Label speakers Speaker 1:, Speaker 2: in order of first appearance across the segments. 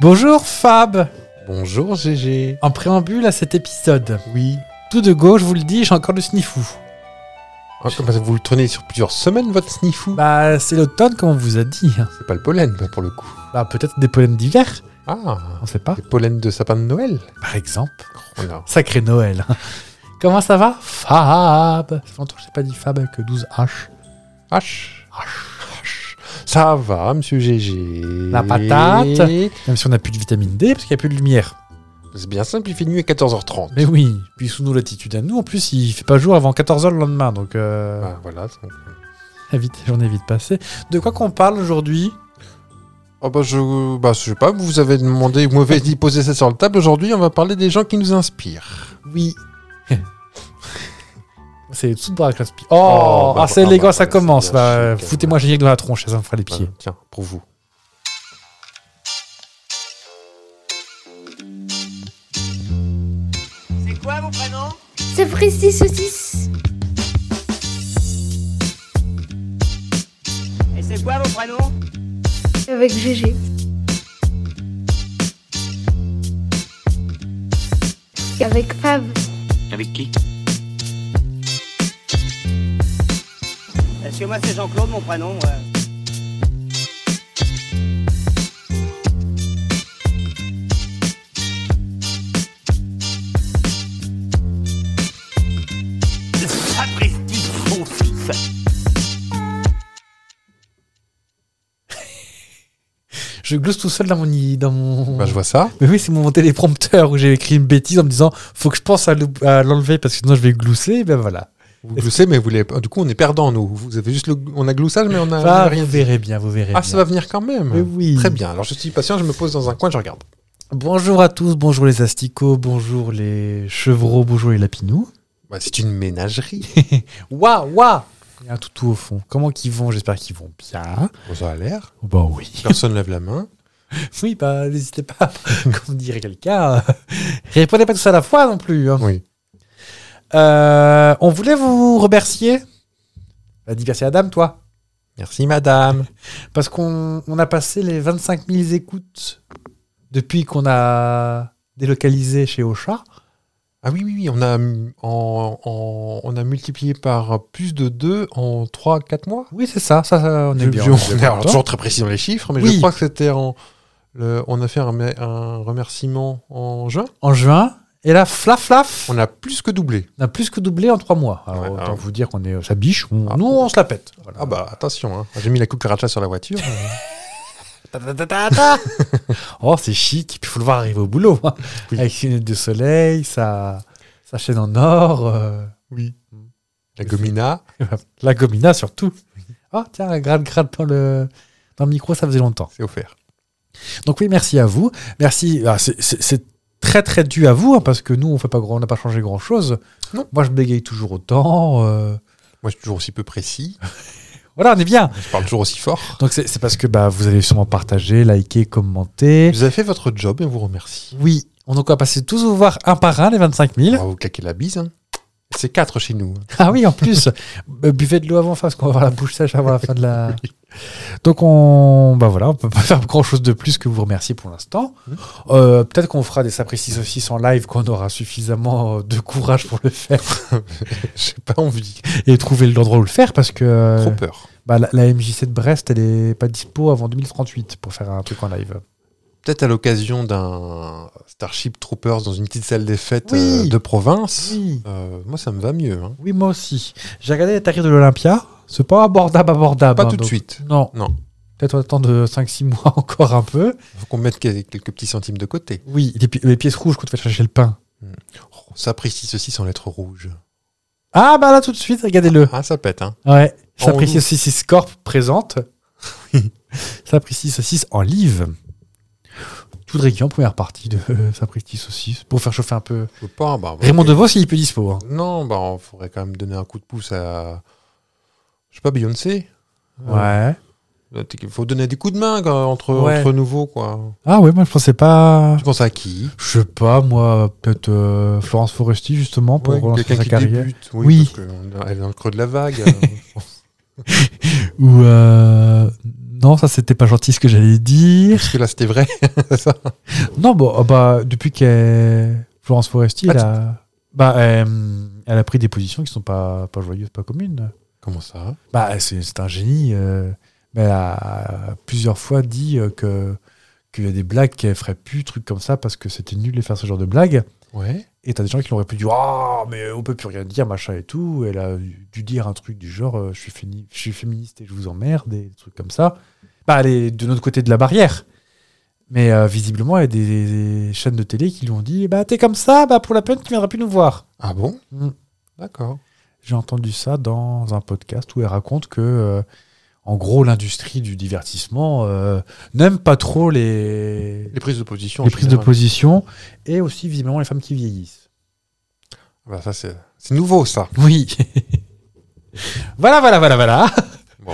Speaker 1: Bonjour Fab
Speaker 2: Bonjour GG.
Speaker 1: En préambule à cet épisode,
Speaker 2: Oui.
Speaker 1: tout de go, je vous le dis, j'ai encore le snifou.
Speaker 2: Ah, comme ça, vous le tournez sur plusieurs semaines votre snifou.
Speaker 1: Bah, c'est l'automne comme on vous a dit.
Speaker 2: C'est pas le pollen bah, pour le coup.
Speaker 1: Bah, peut-être des pollens d'hiver,
Speaker 2: Ah.
Speaker 1: on sait pas,
Speaker 2: Les pollens de sapin de Noël.
Speaker 1: par exemple.
Speaker 2: Oh là.
Speaker 1: Sacré Noël. Comment ça va Fab Ça fait longtemps que j'ai pas dit Fab avec 12 H.
Speaker 2: H. H. Ça va, monsieur GG.
Speaker 1: La patate. Même si on n'a plus de vitamine D parce qu'il n'y a plus de lumière.
Speaker 2: C'est bien simple, il fait nuit à 14h30.
Speaker 1: Mais oui, puis sous nos latitudes à nous, en plus il fait pas jour avant 14h le lendemain, donc euh,
Speaker 2: Ah, voilà. c'est-
Speaker 1: la vite, j'en ai vite passé. De quoi qu'on parle aujourd'hui
Speaker 2: Ah bah je, bah je sais pas, vous avez demandé, vous m'avez dit poser ça sur la table. Aujourd'hui, on va parler des gens qui nous inspirent.
Speaker 1: Oui. c'est tout dans la classe. pi- Oh,
Speaker 2: Oh, bah,
Speaker 1: ah, c'est
Speaker 2: bah,
Speaker 1: élégant,
Speaker 2: bah,
Speaker 1: ça
Speaker 2: bah,
Speaker 1: commence.
Speaker 2: c'est bien
Speaker 1: Bah, euh,
Speaker 2: chic,
Speaker 1: Foutez-moi génial dans la tronche, ça me fera les pieds.
Speaker 2: Voilà, Bah, tiens, pour vous.
Speaker 3: C'est quoi vos prénoms
Speaker 4: C'est Fristy Saucisse.
Speaker 3: Et c'est quoi vos prénoms
Speaker 4: Avec GG. Avec Fab.
Speaker 3: Avec qui Parce que moi c'est Jean-Claude mon prénom. ouais.
Speaker 1: Je glousse tout seul dans mon. i- Dans mon...
Speaker 2: Bah, je vois ça.
Speaker 1: Mais oui, c'est mon téléprompteur où j'ai écrit une bêtise en me disant faut que je pense à l'ou- à l'enlever parce que sinon je vais glousser. Et ben voilà.
Speaker 2: Vous gloussez, mais vous les... du coup, on est perdant, nous. Vous avez juste le... On a gloussage, mais on a, on a
Speaker 1: Ah,
Speaker 2: rien
Speaker 1: vous verrez bien, vous verrez
Speaker 2: Ah,
Speaker 1: bien.
Speaker 2: ça va venir quand même.
Speaker 1: Mais oui.
Speaker 2: Très bien. Alors, je suis patient, je me pose dans un coin, je regarde.
Speaker 1: Bonjour à tous, bonjour les asticots, bonjour les chevreaux, bonjour les lapinous.
Speaker 2: Bah, c'est une ménagerie.
Speaker 1: Waouh, waouh Il y a un toutou au fond. Comment qu'ils vont J'espère qu'ils vont bien.
Speaker 2: Bon, ça a l'air.
Speaker 1: Bah oui.
Speaker 2: Personne lève la main.
Speaker 1: Oui, bah, n'hésitez pas, comme dirait quelqu'un, euh, répondez pas tous à la fois non plus. hein.
Speaker 2: Oui.
Speaker 1: Euh, on voulait vous remercier, la diversité Adam, toi,
Speaker 2: Merci, madame.
Speaker 1: parce qu'on on a passé les 25 000 écoutes depuis qu'on a délocalisé chez Ocha.
Speaker 2: Ah oui, oui, oui. On a, mm, en- en- on a multiplié par plus de 2 en 3-4 mois.
Speaker 1: Oui, c'est ça, ça, ça, on est
Speaker 2: Je-
Speaker 1: bien.
Speaker 2: je-
Speaker 1: on
Speaker 2: on
Speaker 1: est
Speaker 2: est alors
Speaker 1: content.
Speaker 2: toujours très précis dans les chiffres, mais
Speaker 1: Oui.
Speaker 2: je crois que c'était en. le- on a fait un, me- un remerciement en juin.
Speaker 1: En juin, et là, flaf, flaf, on
Speaker 2: On a plus que doublé.
Speaker 1: a plus que doublé en trois mois. Alors,
Speaker 2: Ouais,
Speaker 1: autant
Speaker 2: alors-
Speaker 1: vous dire qu'on est, ça biche, on-
Speaker 2: Ah.
Speaker 1: nous, on se la pète. Voilà.
Speaker 2: Ah bah attention, hein. j'ai mis la cucaracha sur la voiture.
Speaker 1: Oh, c'est chic. Puis il faut le voir arriver au boulot. hein.
Speaker 2: Oui.
Speaker 1: Avec ses lunettes de soleil, sa, sa chaîne en or, euh,
Speaker 2: oui. La gomina.
Speaker 1: la gomina surtout. Ah, tiens, gratte, gratte dans le, dans le micro, ça faisait longtemps.
Speaker 2: C'est offert.
Speaker 1: Donc, oui, merci à vous. Merci. ah, c'est- c'est c'est très, très dû à vous, hein, parce que nous, on fait pas grand- on n'a pas changé grand chose.
Speaker 2: Non.
Speaker 1: Moi, je bégaye toujours autant. euh,
Speaker 2: Moi, je suis toujours aussi peu précis.
Speaker 1: Voilà, on est bien.
Speaker 2: Je parle toujours aussi fort.
Speaker 1: Donc, c'est c'est parce que bah, vous avez sûrement partagé, liké, commenté.
Speaker 2: Vous avez fait votre job et on vous remercie.
Speaker 1: Oui. On donc va passer tous vous voir un par un, les 25 000.
Speaker 2: On va vous claquer la bise. hein. C'est quatre chez nous. hein.
Speaker 1: Ah oui, en plus, euh, buvez de l'eau avant, parce qu'on va avoir la bouche sèche avant la fin de la. Donc on, bah voilà, on peut pas faire grand chose de plus que vous remercier pour l'instant.
Speaker 2: Mhm.
Speaker 1: Euh, Peut-être qu'on fera des sapristi saucisses en live quand on aura suffisamment euh, de courage pour le faire
Speaker 2: J'ai pas envie.
Speaker 1: et trouver l'endroit où le faire parce que euh,
Speaker 2: Trop peur.
Speaker 1: bah, la, la MJC de Brest elle est pas dispo avant 2038 pour faire un truc en live.
Speaker 2: Peut-être à l'occasion d'un Starship Troopers dans une petite salle des fêtes
Speaker 1: Oui.
Speaker 2: euh, de province.
Speaker 1: Oui,
Speaker 2: Euh, moi, ça me va mieux. hein.
Speaker 1: oui moi aussi. J'ai regardé les tarifs de l'Olympia, c'est pas abordable abordable.
Speaker 2: Pas
Speaker 1: hein,
Speaker 2: tout de
Speaker 1: donc-
Speaker 2: suite.
Speaker 1: Non.
Speaker 2: Non.
Speaker 1: Peut-être on attend de 5-6 mois encore un peu.
Speaker 2: Faut qu'on mette que- quelques petits centimes de côté.
Speaker 1: Oui, les, pi- les pièces rouges quand tu vas chercher le pain.
Speaker 2: Oh, ça précise ceci sans lettres rouges.
Speaker 1: Ah bah là tout de suite, regardez-le.
Speaker 2: Ah, ça pète, hein.
Speaker 1: Ouais,
Speaker 2: En
Speaker 1: Sapristi
Speaker 2: nous.
Speaker 1: 6 Corp présente. Sapristi Saucisse en livre. Tout de en première partie de euh, Sapristi Saucisse pour faire chauffer un peu.
Speaker 2: Je peux pas. Bah, bah,
Speaker 1: Raymond
Speaker 2: ok.
Speaker 1: Devos, il est plus dispo. hein.
Speaker 2: Non, bah, on faudrait quand même donner un coup de pouce à. Je sais pas, Beyoncé.
Speaker 1: Ouais.
Speaker 2: Il faut donner des coups de main quoi, entre,
Speaker 1: Ouais.
Speaker 2: entre nouveaux, quoi.
Speaker 1: Ah ouais, moi je pensais pas.
Speaker 2: Tu penses à qui
Speaker 1: Je sais pas, moi, peut-être euh, Florence Foresti justement pour
Speaker 2: Ouais,
Speaker 1: relancer
Speaker 2: Quelqu'un
Speaker 1: sa
Speaker 2: qui
Speaker 1: carrière.
Speaker 2: débute.
Speaker 1: Oui.
Speaker 2: Oui. hein. parce qu'on est- elle est dans le creux de la vague. euh,
Speaker 1: Ou euh, Non, ça c'était pas gentil ce que j'allais dire.
Speaker 2: Parce que là, c'était vrai. Ça.
Speaker 1: Non, bon, ah bah, depuis que Florence Foresti, elle a, bah, euh, elle a pris des positions qui sont pas, pas joyeuses, pas communes.
Speaker 2: Comment ça
Speaker 1: Bah, c'est c'est un génie, euh, mais elle a plusieurs fois dit euh, que qu'il y a des blagues qu'elle ferait plus, trucs comme ça, parce que c'était nul de faire ce genre de blagues.
Speaker 2: Ouais.
Speaker 1: Et t'as des gens qui l'auraient pu dire Ah, mais on peut plus rien dire, machin et tout. Elle a dû dire un truc du genre euh, je, suis féni- je suis féministe et je vous emmerde, et des trucs comme ça. Bah, elle est de l'autre côté de la barrière. Mais euh, visiblement, il y a des, des chaînes de télé qui lui ont dit Bah, t'es comme ça, bah, pour la peine, tu viendras plus nous voir.
Speaker 2: Ah bon
Speaker 1: Hmm.
Speaker 2: D'accord.
Speaker 1: J'ai entendu ça dans un podcast où elle raconte que, euh, en gros, l'industrie du divertissement euh, n'aime pas trop les,
Speaker 2: Les prises de position.
Speaker 1: les
Speaker 2: en
Speaker 1: prises de
Speaker 2: général.
Speaker 1: position et aussi, visiblement, les femmes qui vieillissent.
Speaker 2: Bah, ça, c'est c'est nouveau, ça.
Speaker 1: Oui. voilà, voilà, voilà, voilà.
Speaker 2: Bon.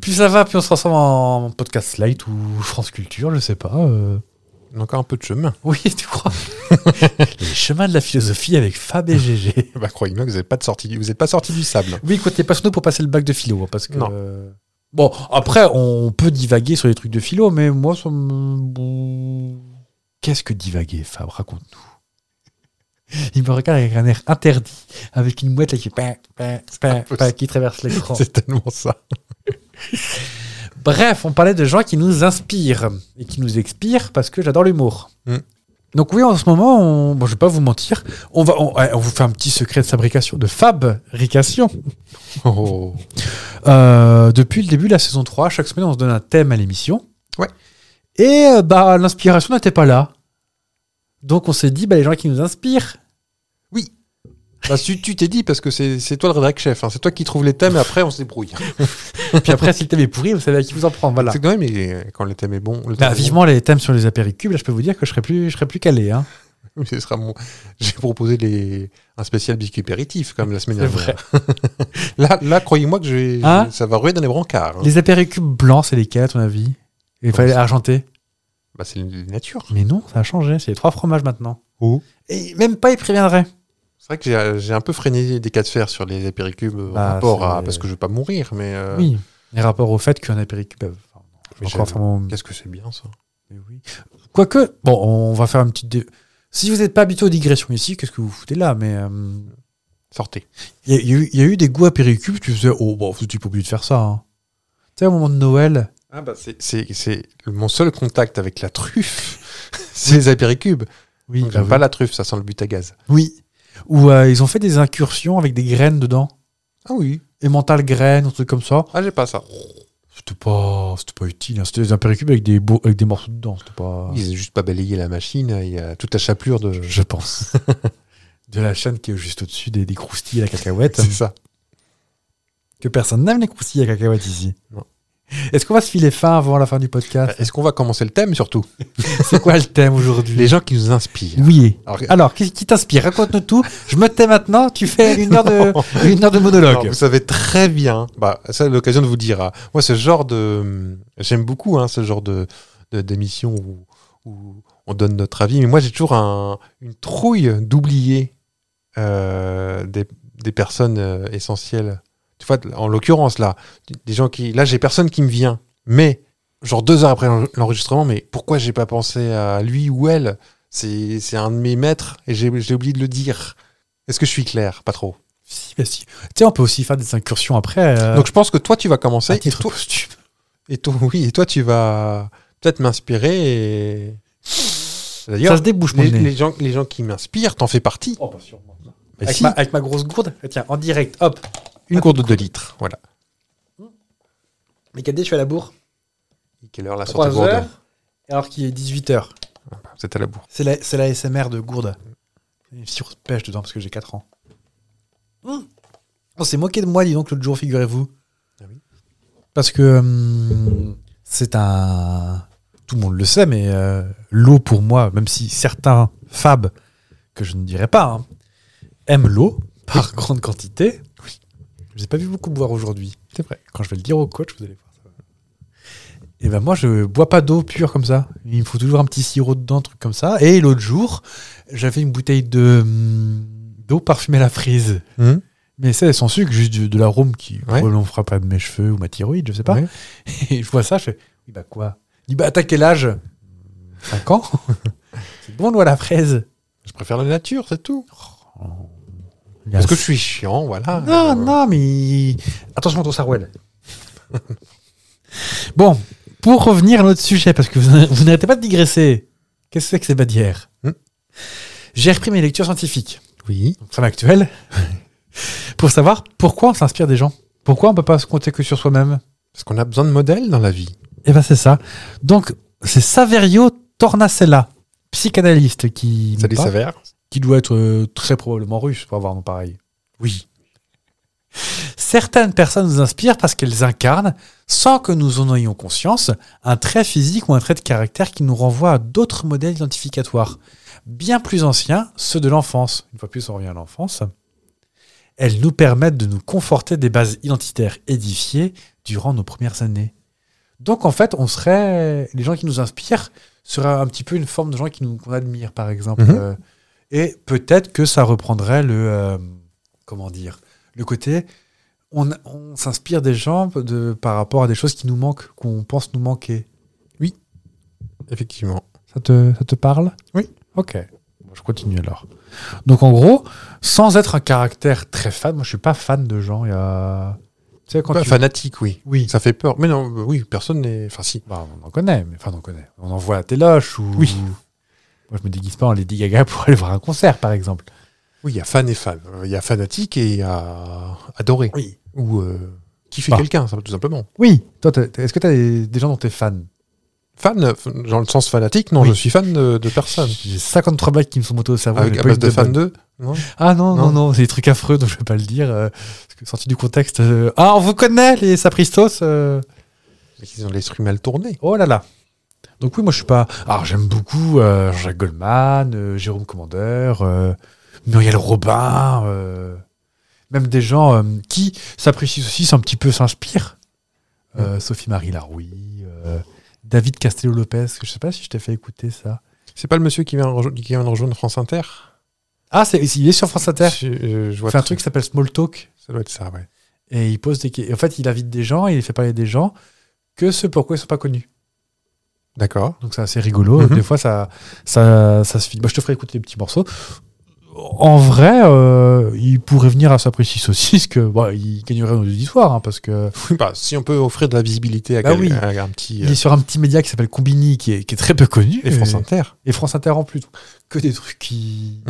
Speaker 1: Puis ça va, puis on se transforme en podcast light ou France Culture, je sais pas. euh.
Speaker 2: On a encore un peu de chemin.
Speaker 1: Oui, tu crois Les chemins de la philosophie avec Fab et GG.
Speaker 2: Bah, croyez-moi que vous n'êtes pas, de sortie- vous êtes pas sorti du sable.
Speaker 1: Oui, écoutez, pas sur nous pour passer le bac de philo, hein, parce que.
Speaker 2: Non.
Speaker 1: euh, Bon, après, on peut divaguer sur les trucs de philo, mais moi, ça me. Qu'est-ce que divaguer, Fab Raconte-nous. Il me regarde avec un air interdit, avec une mouette là, qui, pin, pin, pin,
Speaker 2: peu
Speaker 1: pin,
Speaker 2: ça.
Speaker 1: qui traverse l'écran.
Speaker 2: C'est tellement ça.
Speaker 1: Bref, on parlait de gens qui nous inspirent et qui nous expirent parce que j'adore l'humour.
Speaker 2: Mm.
Speaker 1: Donc oui, en ce moment, on... bon, je vais pas vous mentir, on va, on, ouais, on vous fait un petit secret de fabrication, de fabrication.
Speaker 2: Oh.
Speaker 1: Euh, depuis le début de la saison 3, chaque semaine, on se donne un thème à l'émission.
Speaker 2: Ouais.
Speaker 1: Et euh, bah l'inspiration n'était pas là. Donc on s'est dit, bah, les gens qui nous inspirent,
Speaker 2: Bah, tu tu t'es dit, parce que c'est c'est toi le rédac chef. hein. C'est toi qui trouves les thèmes et après, on se débrouille.
Speaker 1: puis après, si le thème est pourri, vous savez à qui vous en prendre. Voilà.
Speaker 2: C'est que non, mais euh, quand le thème est bon. Le thème
Speaker 1: Bah,
Speaker 2: est bon.
Speaker 1: vivement les thèmes sur les apéricubes, là je peux vous dire que je serais plus, je serais plus calé. Hein.
Speaker 2: Oui, ce sera mon- J'ai proposé les... un spécial biscuit apéritif comme la semaine
Speaker 1: C'est
Speaker 2: dernière. Là, là croyez-moi que je vais-
Speaker 1: Hein
Speaker 2: ça va ruer dans les brancards. hein.
Speaker 1: Les apéricubes blancs, c'est lesquels à ton avis Il fallait argenter.
Speaker 2: Bah, c'est la nature.
Speaker 1: Mais non, ça a changé. C'est les trois fromages maintenant.
Speaker 2: Oh.
Speaker 1: Et même pas, il préviendrait.
Speaker 2: C'est vrai que j'ai- j'ai un peu freiné des cas de fer sur les apéricubes en
Speaker 1: Bah,
Speaker 2: rapport à.
Speaker 1: c'est-
Speaker 2: Parce que je veux pas mourir, mais. euh,
Speaker 1: Oui. Et rapport au fait qu'un apéricube. euh, enfin, je vais
Speaker 2: Mais
Speaker 1: encore
Speaker 2: j'ai-
Speaker 1: faire mon-
Speaker 2: Qu'est-ce que c'est bien ça
Speaker 1: Mais oui. Quoique, bon, on va faire une petite. dé- Si vous n'êtes pas habitué aux digressions ici, qu'est-ce que vous foutez là Mais euh,
Speaker 2: Sortez.
Speaker 1: il y, a- il y a eu- il y a eu des goûts apéricubes, tu faisais, oh, bon, vous n'êtes pas obligé de faire ça. hein. Tu sais, au moment de Noël.
Speaker 2: Ah bah c'est, c'est, c'est mon seul contact avec la truffe, c'est les apéricubes.
Speaker 1: Bah Oui,
Speaker 2: Donc, J'aime pas la truffe, ça sent le but à gaz.
Speaker 1: oui. Où euh, ils ont fait des incursions avec des graines dedans.
Speaker 2: Ah oui.
Speaker 1: Emmental graines, un truc comme ça.
Speaker 2: Ah j'ai pas ça.
Speaker 1: C'était pas, c'était pas utile. hein. C'était des impéricubes avec des, beaux- avec des morceaux dedans. C'était pas.
Speaker 2: Ils ont juste pas balayé la machine, il y a toute la chapelure de.
Speaker 1: Je pense. de la chaîne qui est juste au-dessus des, des croustilles à la cacahuète.
Speaker 2: C'est ça.
Speaker 1: que personne n'aime les croustilles à la cacahuète ici.
Speaker 2: Non.
Speaker 1: Est-ce qu'on va se filer fin avant la fin du
Speaker 2: Bah,
Speaker 1: podcast
Speaker 2: Est-ce qu'on va commencer le thème surtout
Speaker 1: C'est quoi le thème aujourd'hui
Speaker 2: Les gens qui nous inspirent.
Speaker 1: Oui.
Speaker 2: Alors,
Speaker 1: Alors, qu'est-ce qui t'inspire Raconte-nous tout. Je me tais maintenant. Tu fais une heure de, une heure de
Speaker 2: alors,
Speaker 1: monologue.
Speaker 2: vous savez très bien, bah, ça c'est l'occasion de vous dire, ah, moi ce genre de... J'aime beaucoup hein, ce genre de de- d'émission où, où on donne notre avis, mais moi j'ai toujours un- une trouille d'oublier euh, des, des personnes euh, essentielles. Tu vois, en l'occurrence là, des gens qui... Là j'ai personne qui me vient, mais genre deux heures après l'en- l'enregistrement, mais pourquoi j'ai pas pensé à lui ou elle C'est c'est un de mes maîtres et j'ai j'ai oublié de le dire. Est-ce que je suis clair Pas trop.
Speaker 1: Si, bah si. Tu sais, on peut aussi faire des incursions après. euh,
Speaker 2: Donc je pense que toi tu vas commencer
Speaker 1: à
Speaker 2: et
Speaker 1: titre
Speaker 2: toi,
Speaker 1: posthume.
Speaker 2: et toi- oui et toi tu vas peut-être m'inspirer et
Speaker 1: Ça
Speaker 2: d'ailleurs
Speaker 1: se débouche mon
Speaker 2: les,
Speaker 1: nez.
Speaker 2: les gens les gens qui m'inspirent t'en fais partie.
Speaker 1: Oh, bah, sûrement.
Speaker 2: Mais
Speaker 1: avec,
Speaker 2: si,
Speaker 1: ma, avec ma grosse gourde, tiens, en direct, hop.
Speaker 2: une cour de 2 litres, voilà.
Speaker 1: Mais quelle je suis à la bourre
Speaker 2: Quelle heure la sortie
Speaker 1: 3 heures,
Speaker 2: gourde
Speaker 1: alors qu'il est 18 heures.
Speaker 2: Vous êtes à la bourre.
Speaker 1: C'est la, c'est la SMR de gourde. Il y a une sirop de pêche dedans parce que j'ai 4 ans. Hum. On s'est moqué de moi, dis donc, l'autre jour, figurez-vous.
Speaker 2: Ah oui.
Speaker 1: Parce que hum, c'est un. Tout le monde le sait, mais euh, l'eau pour moi, même si certains fab, que je ne dirais pas, hein, aiment l'eau par grande quantité. Je n'ai pas vu beaucoup boire aujourd'hui.
Speaker 2: C'est vrai.
Speaker 1: Quand je vais le dire au coach, vous allez voir. ça va. Et ben moi, je bois pas d'eau pure comme ça. Il me faut toujours un petit sirop dedans, truc comme ça. Et
Speaker 2: Hmm
Speaker 1: l'autre jour, j'avais une bouteille de hum, d'eau parfumée à la frise. Mais c'est sans sucre, juste du- de l'arôme qui
Speaker 2: Ouais.
Speaker 1: probablement fera pas de mes cheveux ou ma thyroïde, je sais pas.
Speaker 2: Ouais.
Speaker 1: Et je vois ça, je fais Oui, bah quoi Il dit Bah, t'as quel âge 5 ans C'est bon, noix à la fraise.
Speaker 2: Je préfère la nature, c'est tout.
Speaker 1: Il y a
Speaker 2: Parce que je
Speaker 1: ça.
Speaker 2: suis chiant, voilà.
Speaker 1: Non,
Speaker 2: Euh,
Speaker 1: non, mais. Attention à ton sarouel. bon, pour revenir à notre sujet, parce que vous, vous n'arrêtez pas de digresser. Qu'est-ce que c'est que ces badières
Speaker 2: Hmm.
Speaker 1: J'ai repris mes lectures scientifiques,
Speaker 2: Oui.
Speaker 1: donc femme actuelle, pour savoir pourquoi on s'inspire des gens. Pourquoi on peut pas se compter que sur soi-même
Speaker 2: Parce qu'on a besoin de modèles dans la vie.
Speaker 1: Eh ben c'est ça. Donc, c'est Saverio Tornacella, psychanalyste qui.
Speaker 2: Salut,
Speaker 1: pas-
Speaker 2: Saver.
Speaker 1: qui doit être euh, très probablement russe pour avoir un nom pareil. Oui. Certaines personnes nous inspirent parce qu'elles incarnent, sans que nous en ayons conscience, un trait physique ou un trait de caractère qui nous renvoie à d'autres modèles identificatoires, bien plus anciens, ceux de l'enfance. Une fois plus, on revient à l'enfance. Elles nous permettent de nous conforter des bases identitaires édifiées durant nos premières années. Donc, en fait, on serait. Les gens qui nous inspirent seraient un petit peu une forme de gens qui nous- qu'on admire, par exemple.
Speaker 2: Mhm.
Speaker 1: Euh, et peut-être que ça reprendrait le euh, comment dire le côté on, on s'inspire des gens de, par rapport à des choses qui nous manquent, qu'on pense nous manquer.
Speaker 2: Effectivement.
Speaker 1: Ça te, ça te parle
Speaker 2: Oui.
Speaker 1: Ok. Bon, je continue alors. Donc en gros, sans être un caractère très fan, moi je suis pas fan de gens. Il y a... Tu sais, quand
Speaker 2: Pas
Speaker 1: tu-
Speaker 2: Fanatique, oui.
Speaker 1: Oui.
Speaker 2: Ça fait peur. Mais non, euh, oui, personne n'est. Enfin, si.
Speaker 1: Bah, on en connaît, mais enfin on en connaît. On en voit à Téloche ou...
Speaker 2: Oui.
Speaker 1: Moi je me déguise pas en Lady Gaga pour aller voir un concert par exemple.
Speaker 2: Oui, il y a fan et fan. Euh, Il y a fanatique et il y a adoré.
Speaker 1: Oui.
Speaker 2: Ou euh, kiffer
Speaker 1: Bah.
Speaker 2: quelqu'un, ça, tout simplement.
Speaker 1: Oui. Toi, t'as- t'as- est-ce que tu as des, des gens dont tu es fan
Speaker 2: Fan, euh, f- dans le sens fanatique, non,
Speaker 1: Oui.
Speaker 2: je suis fan de, de personne.
Speaker 1: J'ai 53 blagues qui me sont montées au cerveau.
Speaker 2: Avec
Speaker 1: j'ai
Speaker 2: à
Speaker 1: pas eu
Speaker 2: base de fan
Speaker 1: bonnes.
Speaker 2: 2 non
Speaker 1: Ah non, non,
Speaker 2: Non.
Speaker 1: non, c'est des trucs affreux, donc je vais pas le dire. euh, parce que sorti du contexte. euh, Ah, on vous connaît, les sapristos euh,
Speaker 2: Mais Ils ont l'esprit mal tourné.
Speaker 1: Oh là là. Donc oui, moi je suis pas. Alors j'aime beaucoup euh, Jean-Jacques Goldman, euh, Jérôme Commandeur, euh, Muriel Robin, euh, même des gens euh, qui s'apprécient aussi, un petit peu s'inspirent. Euh, Sophie-Marie Laroui, euh, David Castello-Lopez. Je sais pas si je t'ai fait écouter ça.
Speaker 2: C'est pas le monsieur qui vient, rejo- qui vient de rejoindre France Inter
Speaker 1: Ah, c'est, il est sur France Inter.
Speaker 2: Je, euh, je
Speaker 1: Il
Speaker 2: vois
Speaker 1: fait un
Speaker 2: très-
Speaker 1: truc qui s'appelle Small Talk.
Speaker 2: Ça doit être ça, ouais.
Speaker 1: Et il pose des que- En fait, il invite des gens et il fait parler des gens que ce pourquoi ils sont pas connus.
Speaker 2: D'accord.
Speaker 1: Donc c'est assez rigolo.
Speaker 2: Mhm.
Speaker 1: Des fois, ça, ça, ça se finit. Bah, je te ferai écouter des petits morceaux. En vrai, euh, il pourrait venir à sa précise saucisse que bah, il gagnerait nos auditoires hein, parce que
Speaker 2: Oui, bah, si on peut offrir de la visibilité à,
Speaker 1: Bah
Speaker 2: quel-
Speaker 1: oui.
Speaker 2: à un petit.
Speaker 1: il est sur un petit média qui s'appelle Combini qui est, qui est très peu connu
Speaker 2: Et France Inter,
Speaker 1: et France Inter en plus. Donc, Que des trucs qui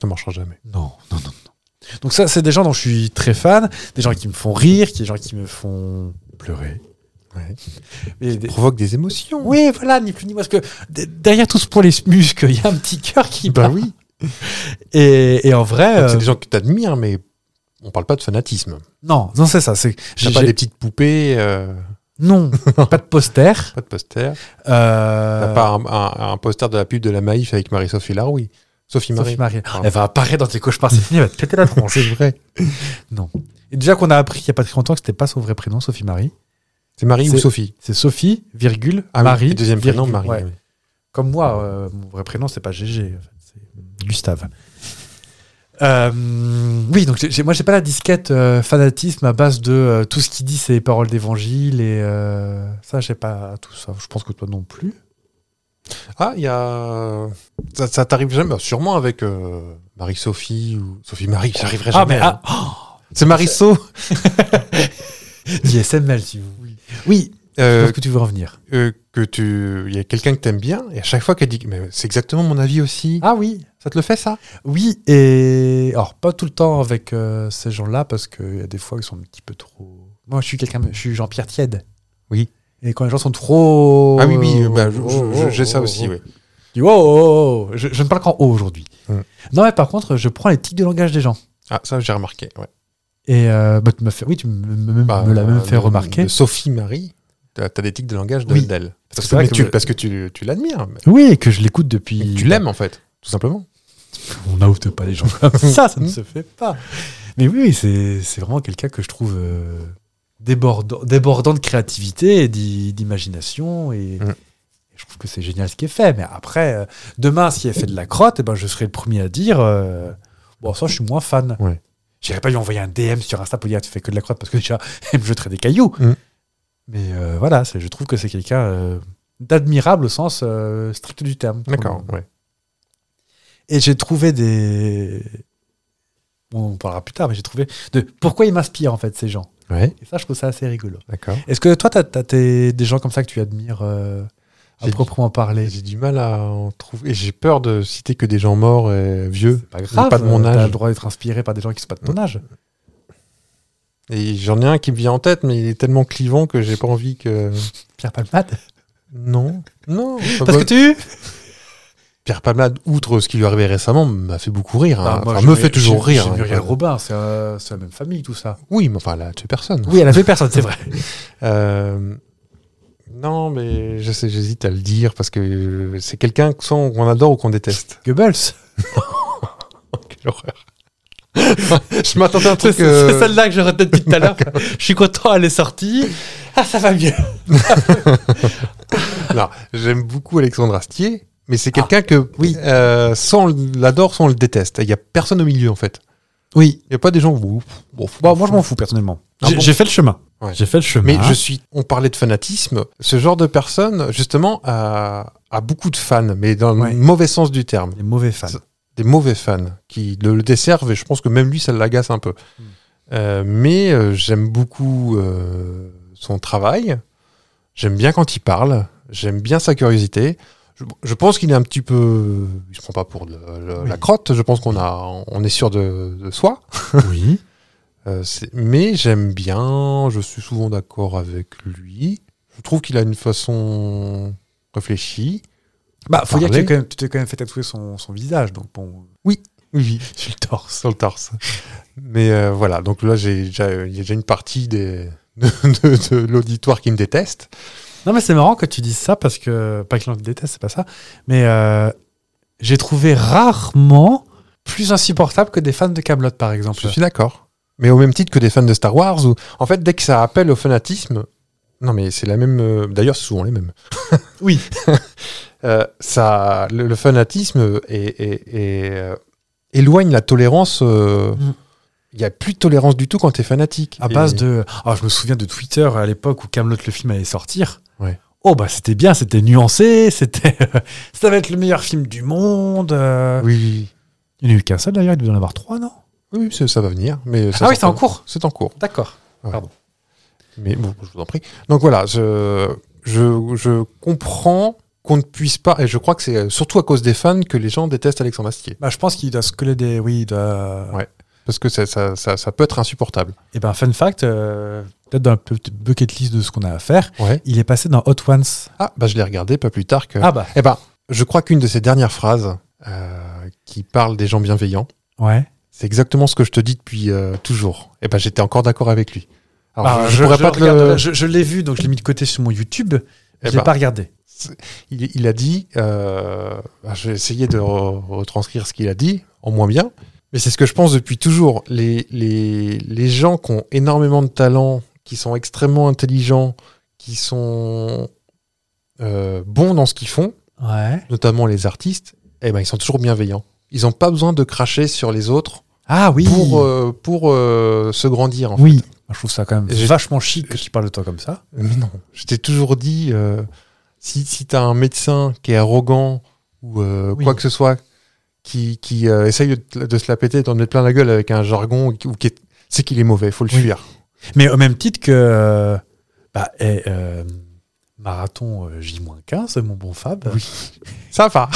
Speaker 2: ça marchera jamais.
Speaker 1: Non, non, non, non. Donc ça, c'est des gens dont je suis très fan, des gens qui me font rire, qui des gens qui me font pleurer.
Speaker 2: Ouais.
Speaker 1: Et des-
Speaker 2: Provoque des émotions.
Speaker 1: Oui, voilà, ni plus ni moins. Parce que de- derrière tout ce poil et ce muscle, il y a un petit cœur qui
Speaker 2: Bah
Speaker 1: bat.
Speaker 2: oui.
Speaker 1: Et, et en vrai.
Speaker 2: C'est
Speaker 1: euh,
Speaker 2: des gens que t'admires, mais on parle pas de fanatisme.
Speaker 1: Non, non, c'est ça. C'est,
Speaker 2: J'ai
Speaker 1: j'ai-
Speaker 2: pas
Speaker 1: j'ai-
Speaker 2: des petites poupées, euh,
Speaker 1: Non, pas de poster.
Speaker 2: pas de poster.
Speaker 1: Euh...
Speaker 2: T'as pas un, un- un poster de la pub de la Maïf avec Marie-Sophie Laroui. Sophie Marie.
Speaker 1: Sophie Marie.
Speaker 2: Pardon.
Speaker 1: Elle va apparaître dans tes cauchemars, c'est fini, elle va te péter la tronche.
Speaker 2: C'est vrai.
Speaker 1: Et déjà qu'on a appris il y a pas très longtemps que c'était pas son vrai prénom, Sophie Marie.
Speaker 2: C'est Marie ou
Speaker 1: C'est-
Speaker 2: Sophie
Speaker 1: C'est Sophie, virgule,
Speaker 2: Ah oui,
Speaker 1: Marie.
Speaker 2: le Deuxième prénom,
Speaker 1: virgule,
Speaker 2: Marie.
Speaker 1: ouais.
Speaker 2: oui.
Speaker 1: Comme moi, euh, mon vrai prénom, c'est pas GG, en fait, c'est Gustave. Euh, oui, donc j'ai- j'ai- moi, j'ai pas la disquette euh, fanatisme à base de euh, tout ce qu'il dit, c'est les paroles d'évangile et euh, ça, j'ai pas tout ça. Je pense que toi non plus.
Speaker 2: Ah, il y a. Ça, ça t'arrive jamais bah, Sûrement avec euh, Marie-Sophie ou Sophie-Marie.
Speaker 1: Ah,
Speaker 2: J'arriverai jamais. hein.
Speaker 1: oh
Speaker 2: C'est Marisot.
Speaker 1: JSML, si vous voulez. Oui,
Speaker 2: Euh,
Speaker 1: je pense que tu veux en venir.
Speaker 2: euh, que tu, il y a quelqu'un que t'aimes bien, et à chaque fois qu'elle dit, mais c'est exactement mon avis aussi.
Speaker 1: Ah oui,
Speaker 2: Ça te le fait ça
Speaker 1: oui, et alors pas tout le temps avec euh, ces gens-là parce qu'il y a des fois ils sont un petit peu trop. Moi, je suis quelqu'un, je suis Jean-Pierre Tiède.
Speaker 2: Oui.
Speaker 1: Et quand les gens sont trop.
Speaker 2: Ah oui, oui, euh, bah, je-
Speaker 1: Oh,
Speaker 2: je- je-
Speaker 1: oh,
Speaker 2: j'ai ça
Speaker 1: oh,
Speaker 2: aussi.
Speaker 1: oh.
Speaker 2: oui.
Speaker 1: Je dis, oh, oh, oh, oh. Je, je ne parle qu'en haut aujourd'hui.
Speaker 2: Hmm.
Speaker 1: Non, mais par contre, je prends les tics de langage des gens.
Speaker 2: Ah, ça j'ai remarqué. Ouais.
Speaker 1: Et euh, bah, tu m'as fait, oui, tu me, me- me-
Speaker 2: Bah,
Speaker 1: me l'as même
Speaker 2: euh,
Speaker 1: fait
Speaker 2: de-
Speaker 1: remarquer.
Speaker 2: de Sophie Marie, t'as as des tics de langage de-
Speaker 1: Oui.
Speaker 2: d'elle.
Speaker 1: Parce que c'est
Speaker 2: Parce, que, mais
Speaker 1: vrai que-
Speaker 2: tu, parce que tu, tu l'admires. mais-
Speaker 1: Oui, et que je l'écoute depuis.
Speaker 2: mais Tu l'aimes en fait, tout simplement.
Speaker 1: On n'oute pas les gens comme ça, ça ne se fait pas. Mais oui, oui, c'est c'est vraiment quelqu'un que je trouve euh, débordant, débordant de créativité et d'i- d'imagination. Et,
Speaker 2: Mm.
Speaker 1: et je trouve que c'est génial ce qui est fait. Mais après, euh, demain, si elle fait de la crotte, eh ben, je serai le premier à dire euh, Bon, ça, je suis moins fan.
Speaker 2: Ouais.
Speaker 1: J'irais pas lui envoyer un DM sur Insta pour lui dire tu fais que de la crotte parce que déjà, elle me jetterait des cailloux.
Speaker 2: Mm.
Speaker 1: Mais euh, voilà, c'est- je trouve que c'est quelqu'un euh, d'admirable au sens euh, strict du terme.
Speaker 2: D'accord,
Speaker 1: Comme-
Speaker 2: ouais.
Speaker 1: Et j'ai trouvé des. Bon, on parlera plus tard, mais j'ai trouvé de pourquoi ils m'inspirent en fait ces gens.
Speaker 2: Ouais,
Speaker 1: Et ça, je trouve ça assez rigolo.
Speaker 2: d'accord.
Speaker 1: Est-ce que toi, t'as as des gens comme ça que tu admires euh, à
Speaker 2: J'ai-
Speaker 1: proprement parler
Speaker 2: J'ai du mal à en trouver. Et j'ai peur de citer que des gens morts et vieux.
Speaker 1: Pas grave,
Speaker 2: pas de mon
Speaker 1: euh, T'as
Speaker 2: âge.
Speaker 1: le droit d'être inspiré par des gens qui sont pas de ton âge.
Speaker 2: Et j'en ai un qui me vient en tête, mais il est tellement clivant que j'ai pas envie que.
Speaker 1: Pierre Palmade.
Speaker 2: Non. Non.
Speaker 1: Parce que tu.
Speaker 2: Pierre Palmade, outre ce qui lui est arrivé récemment, m'a fait beaucoup rire. hein.
Speaker 1: Ah, moi,
Speaker 2: Enfin,
Speaker 1: j'ai-
Speaker 2: me fait toujours
Speaker 1: j'ai-
Speaker 2: rire.
Speaker 1: J'ai
Speaker 2: hein.
Speaker 1: Muriel Robin, c'est euh, c'est la même famille, tout ça.
Speaker 2: Oui, mais enfin, elle a tué personne.
Speaker 1: Oui, elle a fait personne, c'est vrai.
Speaker 2: Euh, non, mais je sais, j'hésite à le dire parce que euh, c'est quelqu'un que soit qu'on adore ou qu'on déteste.
Speaker 1: Goebbels.
Speaker 2: Quelle horreur. je m'attendais à un
Speaker 1: C'est
Speaker 2: truc.
Speaker 1: c'est-
Speaker 2: euh,
Speaker 1: c'est celle-là que je retenais depuis tout à l'heure. Je suis content, elle est sortie. Ah, ça va mieux.
Speaker 2: non, j'aime beaucoup Alexandre Astier, mais c'est
Speaker 1: Ah.
Speaker 2: quelqu'un que, oui, sans l'adore, sans le déteste. Il n'y a personne au milieu, en fait.
Speaker 1: Oui.
Speaker 2: Il n'y a pas des gens. Bon, bon,
Speaker 1: Bon, moi, je m'en fous personnellement.
Speaker 2: Ah
Speaker 1: J'ai
Speaker 2: bon
Speaker 1: j'ai fait le chemin.
Speaker 2: Ouais.
Speaker 1: J'ai fait le chemin.
Speaker 2: Mais je suis. On parlait de fanatisme. Ce genre de personne, justement, a, a beaucoup de fans, mais dans
Speaker 1: Ouais.
Speaker 2: le mauvais sens du terme.
Speaker 1: Des mauvais fans.
Speaker 2: Des mauvais fans qui le, le desservent, et je pense que même lui, ça l'agace un peu.
Speaker 1: Hmm.
Speaker 2: Euh, mais euh, j'aime beaucoup euh, son travail. J'aime bien quand il parle. J'aime bien sa curiosité. Je, je pense qu'il est un petit peu. Il se prend pas pour le- le-
Speaker 1: Oui.
Speaker 2: la crotte. Je pense qu'on a, on est sûr de, de soi.
Speaker 1: Oui.
Speaker 2: Euh, c'est- mais j'aime bien, je suis souvent d'accord avec lui. Je trouve qu'il a une façon réfléchie.
Speaker 1: Bah, faut dire que tu
Speaker 2: Parler.
Speaker 1: t'es quand même- tu t'es quand même fait tatouer son, son visage, donc bon.
Speaker 2: Oui,
Speaker 1: Sur le torse.
Speaker 2: sur le torse. Mais euh, voilà, donc là, j'ai déjà- il y a déjà une partie des, de, de- de l'auditoire qui me déteste.
Speaker 1: Non, mais c'est marrant que tu dises ça parce que, pas que l'on te déteste, c'est pas ça, mais euh, j'ai trouvé rarement plus insupportable que des fans de Camelot par exemple.
Speaker 2: Je suis d'accord. Mais au même titre que des fans de Star Wars, où en fait, dès que ça appelle au fanatisme, non mais c'est la même. euh, D'ailleurs, c'est souvent les mêmes.
Speaker 1: Oui.
Speaker 2: Euh, ça, le, le fanatisme est, est- est, euh, éloigne la tolérance. euh,
Speaker 1: Mm.
Speaker 2: Il n'y a plus de tolérance du tout quand tu es fanatique.
Speaker 1: À base
Speaker 2: Et-
Speaker 1: de. Ah, je me souviens de Twitter à l'époque où Camelot le film allait sortir.
Speaker 2: Ouais.
Speaker 1: Oh, bah c'était bien, c'était nuancé, c'était. ça va être le meilleur film du monde. euh.
Speaker 2: Oui, oui,
Speaker 1: Il n'y en a eu qu'un seul d'ailleurs, il devait en avoir trois, non
Speaker 2: oui, oui, ça, ça va venir. Mais ça
Speaker 1: Ah oui, c'est
Speaker 2: sort
Speaker 1: en
Speaker 2: pas-
Speaker 1: cours.
Speaker 2: C'est en cours.
Speaker 1: D'accord.
Speaker 2: Mais bon, je vous en prie. Donc voilà, je, je, je comprends qu'on ne puisse pas, et je crois que c'est euh, surtout à cause des fans que les gens détestent Alexandre Astier.
Speaker 1: Bah, je pense qu'il doit se coller des. Oui, il doit.
Speaker 2: Ouais. Parce que ça, ça, ça, ça peut être insupportable.
Speaker 1: Et ben, fun fact, euh, peut-être dans la petite bucket list de ce qu'on a à faire,
Speaker 2: Ouais.
Speaker 1: il est passé dans Hot Ones.
Speaker 2: Ah, bah je l'ai regardé pas plus tard que.
Speaker 1: Ah, bah.
Speaker 2: Eh ben, je crois qu'une de ses dernières phrases euh, qui parle des gens bienveillants,
Speaker 1: Ouais.
Speaker 2: C'est exactement ce que je te dis depuis euh, toujours. Et ben j'étais encore d'accord avec lui. Alors,
Speaker 1: Bah,
Speaker 2: je, je pourrais pas te
Speaker 1: regarde
Speaker 2: le-
Speaker 1: là, je- je l'ai vu, donc je l'ai mis de côté sur mon YouTube.
Speaker 2: Eh
Speaker 1: je l'ai
Speaker 2: ben,
Speaker 1: pas regardé.
Speaker 2: il, il a dit, euh, bah, je vais essayer de re- retranscrire ce qu'il a dit en moins bien, mais c'est ce que je pense depuis toujours. Les, les, les gens qui ont énormément de talent, qui sont extrêmement intelligents, qui sont euh, bons dans ce qu'ils font,
Speaker 1: Ouais.
Speaker 2: notamment les artistes, eh ben, ils sont toujours bienveillants. Ils n'ont pas besoin de cracher sur les autres
Speaker 1: Ah oui.
Speaker 2: pour, euh, pour euh, se grandir. En fait.
Speaker 1: oui. Je trouve ça quand même
Speaker 2: Et j'ai-
Speaker 1: vachement chic que tu parles de toi comme ça.
Speaker 2: Euh, Mais non, je t'ai toujours dit, euh, si, si t'as un médecin qui est arrogant ou euh,
Speaker 1: Oui.
Speaker 2: quoi que ce soit, qui, qui euh, essaye de, te- de se la péter, d'en mettre plein la gueule avec un jargon, ou qui- ou qui est- c'est qu'il est mauvais, faut le
Speaker 1: Oui.
Speaker 2: fuir.
Speaker 1: Mais au même titre que euh, bah, eh, euh, Marathon euh, J-15, mon bon Fab.
Speaker 2: Ça va,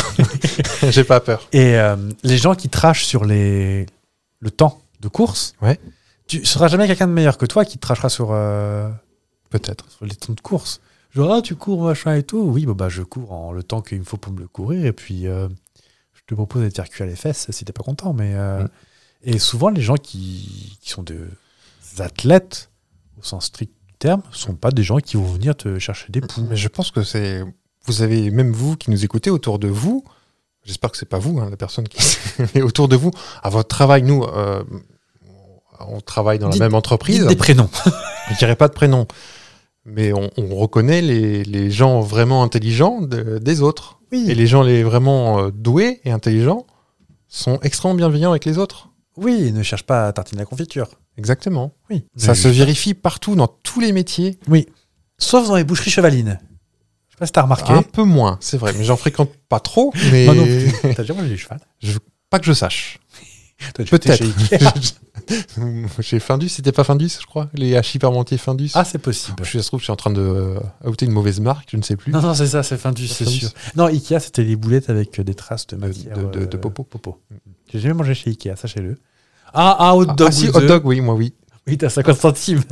Speaker 2: j'ai pas peur.
Speaker 1: Et euh, les gens qui trachent sur les... le temps de course,
Speaker 2: Ouais.
Speaker 1: tu seras jamais quelqu'un de meilleur que toi qui te trachera sur, euh,
Speaker 2: Peut-être.
Speaker 1: sur les temps de course. Genre, ah, tu cours, machin et tout. Oui, bah, bah, je cours en le temps qu'il me faut pour me le courir. Et puis, euh, je te propose de te faire cuire les fesses si t'es pas content. Mais, euh,
Speaker 2: Mm.
Speaker 1: Et souvent, les gens qui, qui sont des athlètes, au sens strict du terme, sont pas des gens qui vont venir te chercher des poux.
Speaker 2: Mais je pense que c'est. Vous avez, même vous qui nous écoutez autour de vous, j'espère que c'est pas vous, hein, la personne qui. Mais autour de vous, à votre travail, nous, euh, on travaille dans
Speaker 1: Dites-
Speaker 2: la même entreprise.
Speaker 1: Dites Des prénoms.
Speaker 2: Je dirais pas de prénom, mais on, on reconnaît les, les gens vraiment intelligents de- des autres.
Speaker 1: Oui.
Speaker 2: Et les gens les vraiment euh, doués et intelligents sont extrêmement bienveillants avec les autres.
Speaker 1: Oui, ne cherche pas à tartiner la confiture.
Speaker 2: Exactement.
Speaker 1: Oui.
Speaker 2: Ça
Speaker 1: Mais-
Speaker 2: se vérifie partout dans tous les métiers.
Speaker 1: Oui. Sauf dans les boucheries chevalines. Je sais pas si t'as remarqué.
Speaker 2: Un peu moins, c'est vrai, mais j'en fréquente pas trop. Mais
Speaker 1: Moi non plus. T'as déjà mangé du cheval
Speaker 2: pas que je sache.
Speaker 1: T'as déjà été
Speaker 2: Peut-être.
Speaker 1: chez Ikea
Speaker 2: Chez Findus, c'était pas Findus, je crois. Les hachis parmentiers Findus. Bah,
Speaker 1: Ah, c'est possible.
Speaker 2: je se trouve, je suis en train de euh, outer une mauvaise marque, je ne sais plus.
Speaker 1: Non, non, c'est ça, c'est fin du, c'est
Speaker 2: Findus.
Speaker 1: sûr. Non, Ikea, c'était les boulettes avec euh, des traces de
Speaker 2: De-
Speaker 1: matière.
Speaker 2: de- de-
Speaker 1: euh,
Speaker 2: de popo.
Speaker 1: J'ai jamais mangé chez Ikea, sachez-le. Ah, ah, hot
Speaker 2: Ah,
Speaker 1: dog.
Speaker 2: ah, si,
Speaker 1: with
Speaker 2: hot
Speaker 1: the-
Speaker 2: dog, oui, moi oui.
Speaker 1: Oui, t'as 50 centimes.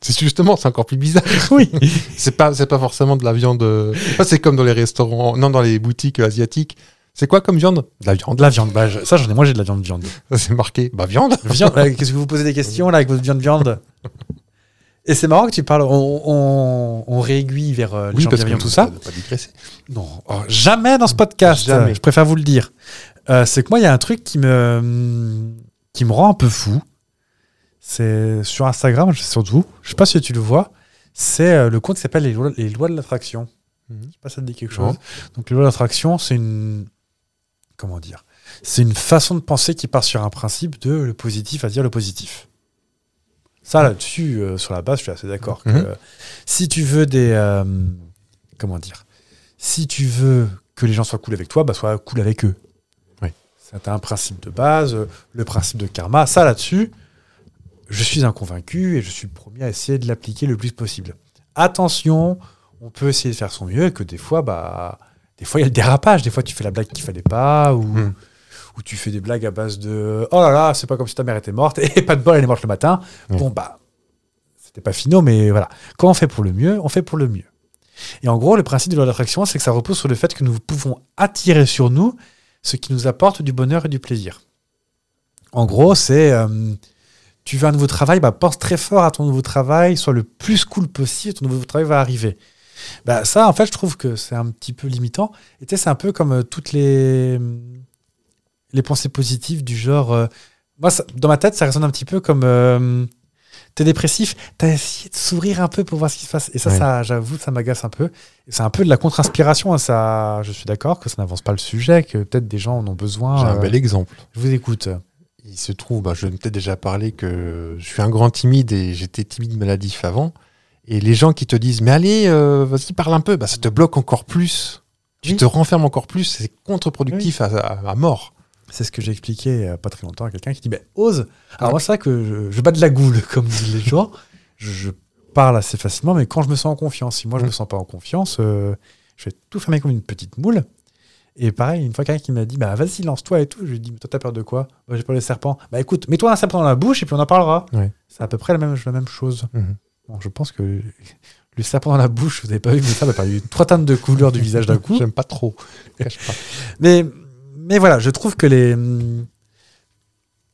Speaker 2: C'est justement, c'est encore plus bizarre.
Speaker 1: oui.
Speaker 2: C'est pas, c'est pas forcément de la viande. euh, ah, c'est comme dans les restaurants, non, dans les boutiques asiatiques. C'est quoi comme viande De la viande.
Speaker 1: De la viande. Bah, je- ça, j'en ai. Moi, j'ai de la viande viande.
Speaker 2: C'est marqué. Bah viande.
Speaker 1: Viande, euh, Qu'est-ce que vous posez des questions là avec votre viande viande Et c'est marrant que tu parles. On, on, on réaiguille vers euh, les gens bienveillants, tout ça.
Speaker 2: Pas digresser.
Speaker 1: Non, oh, jamais dans ce podcast.
Speaker 2: Jamais.
Speaker 1: Je préfère vous le dire. Euh, c'est que moi, il y a un truc qui me hum, qui me rend un peu fou. C'est sur Instagram, je- surtout. Je sais pas si tu le vois. C'est euh, le compte qui s'appelle les lois, les lois de l'attraction.
Speaker 2: Mhm.
Speaker 1: Je sais pas si ça te dit quelque
Speaker 2: Non.
Speaker 1: chose. Donc les lois de l'attraction, c'est une comment dire C'est une façon de penser qui part sur un principe de le positif à dire le positif. Ça là-dessus, euh, sur la base, je suis assez d'accord. que,
Speaker 2: Mhm.
Speaker 1: euh, Si tu veux des euh, comment dire si tu veux que les gens soient cool avec toi, bah sois cool avec eux.
Speaker 2: Oui.
Speaker 1: Ça, t'as un principe de base, euh, le principe de karma. Ça, là-dessus, je suis un convaincu et je suis le premier à essayer de l'appliquer le plus possible. Attention, on peut essayer de faire son mieux et que des fois, bah, des fois, il y a le dérapage. Des fois, tu fais la blague qu'il fallait pas ou,
Speaker 2: Mm.
Speaker 1: ou tu fais des blagues à base de oh là là, c'est pas comme si ta mère était morte et pas de bol, elle est morte le matin.
Speaker 2: Oui.
Speaker 1: Bon, bah, c'était pas finaux, mais voilà. Quand on fait pour le mieux, on fait pour le mieux. Et en gros, le principe de la loi d'attraction, c'est que ça repose sur le fait que nous pouvons attirer sur nous ce qui nous apporte du bonheur et du plaisir. En gros, c'est euh, tu veux un nouveau travail, bah, pense très fort à ton nouveau travail, sois le plus cool possible, ton nouveau travail va arriver. Bah, ça, en fait, je trouve que c'est un petit peu limitant. Et tu sais, c'est un peu comme euh, toutes les, euh, les pensées positives du genre. euh, moi, ça- dans ma tête, ça résonne un petit peu comme. euh, T'es dépressif, t'as essayé de sourire un peu pour voir ce qui se passe. Et ça,
Speaker 2: Ouais.
Speaker 1: ça j'avoue, ça m'agace un peu. Et C'est un peu de la contre-inspiration. hein, Ça, je suis d'accord que ça n'avance pas le sujet, que peut-être des gens en ont besoin.
Speaker 2: J'ai un
Speaker 1: euh,
Speaker 2: bel exemple.
Speaker 1: Je vous écoute.
Speaker 2: Il se trouve, bah, je l'ai peut-être déjà parlé que je suis un grand timide et j'étais timide maladif avant. Et les gens qui te disent, mais allez, euh, vas-y, parle un peu, bah, ça te bloque encore plus. Tu
Speaker 1: Oui.
Speaker 2: te renfermes encore plus. C'est contre-productif à, à- à mort.
Speaker 1: C'est ce que j'ai expliqué euh, pas très longtemps à quelqu'un qui dit mais ose.
Speaker 2: Ah.
Speaker 1: Alors moi c'est vrai que je, je bats de la goule comme disent les gens. Je, je parle assez facilement, mais quand je me sens en confiance, si moi je
Speaker 2: Mm.
Speaker 1: me sens pas en confiance, euh, je vais tout fermer comme une petite moule. Et pareil, une fois quelqu'un qui m'a dit bah vas-y lance-toi et tout, je lui ai dit mais toi t'as peur de quoi Bah, J'ai peur des serpents. Bah écoute, mets-toi un serpent dans la bouche et puis on en parlera.
Speaker 2: Ouais.
Speaker 1: C'est à peu près la même, la même chose.
Speaker 2: Mhm.
Speaker 1: Bon, je pense que le serpent dans la bouche, vous avez pas vu, mais ça m'a perdu trois teintes de couleur du visage d'un coup.
Speaker 2: J'aime pas trop. Cache pas.
Speaker 1: Mais, mais voilà, je trouve que les.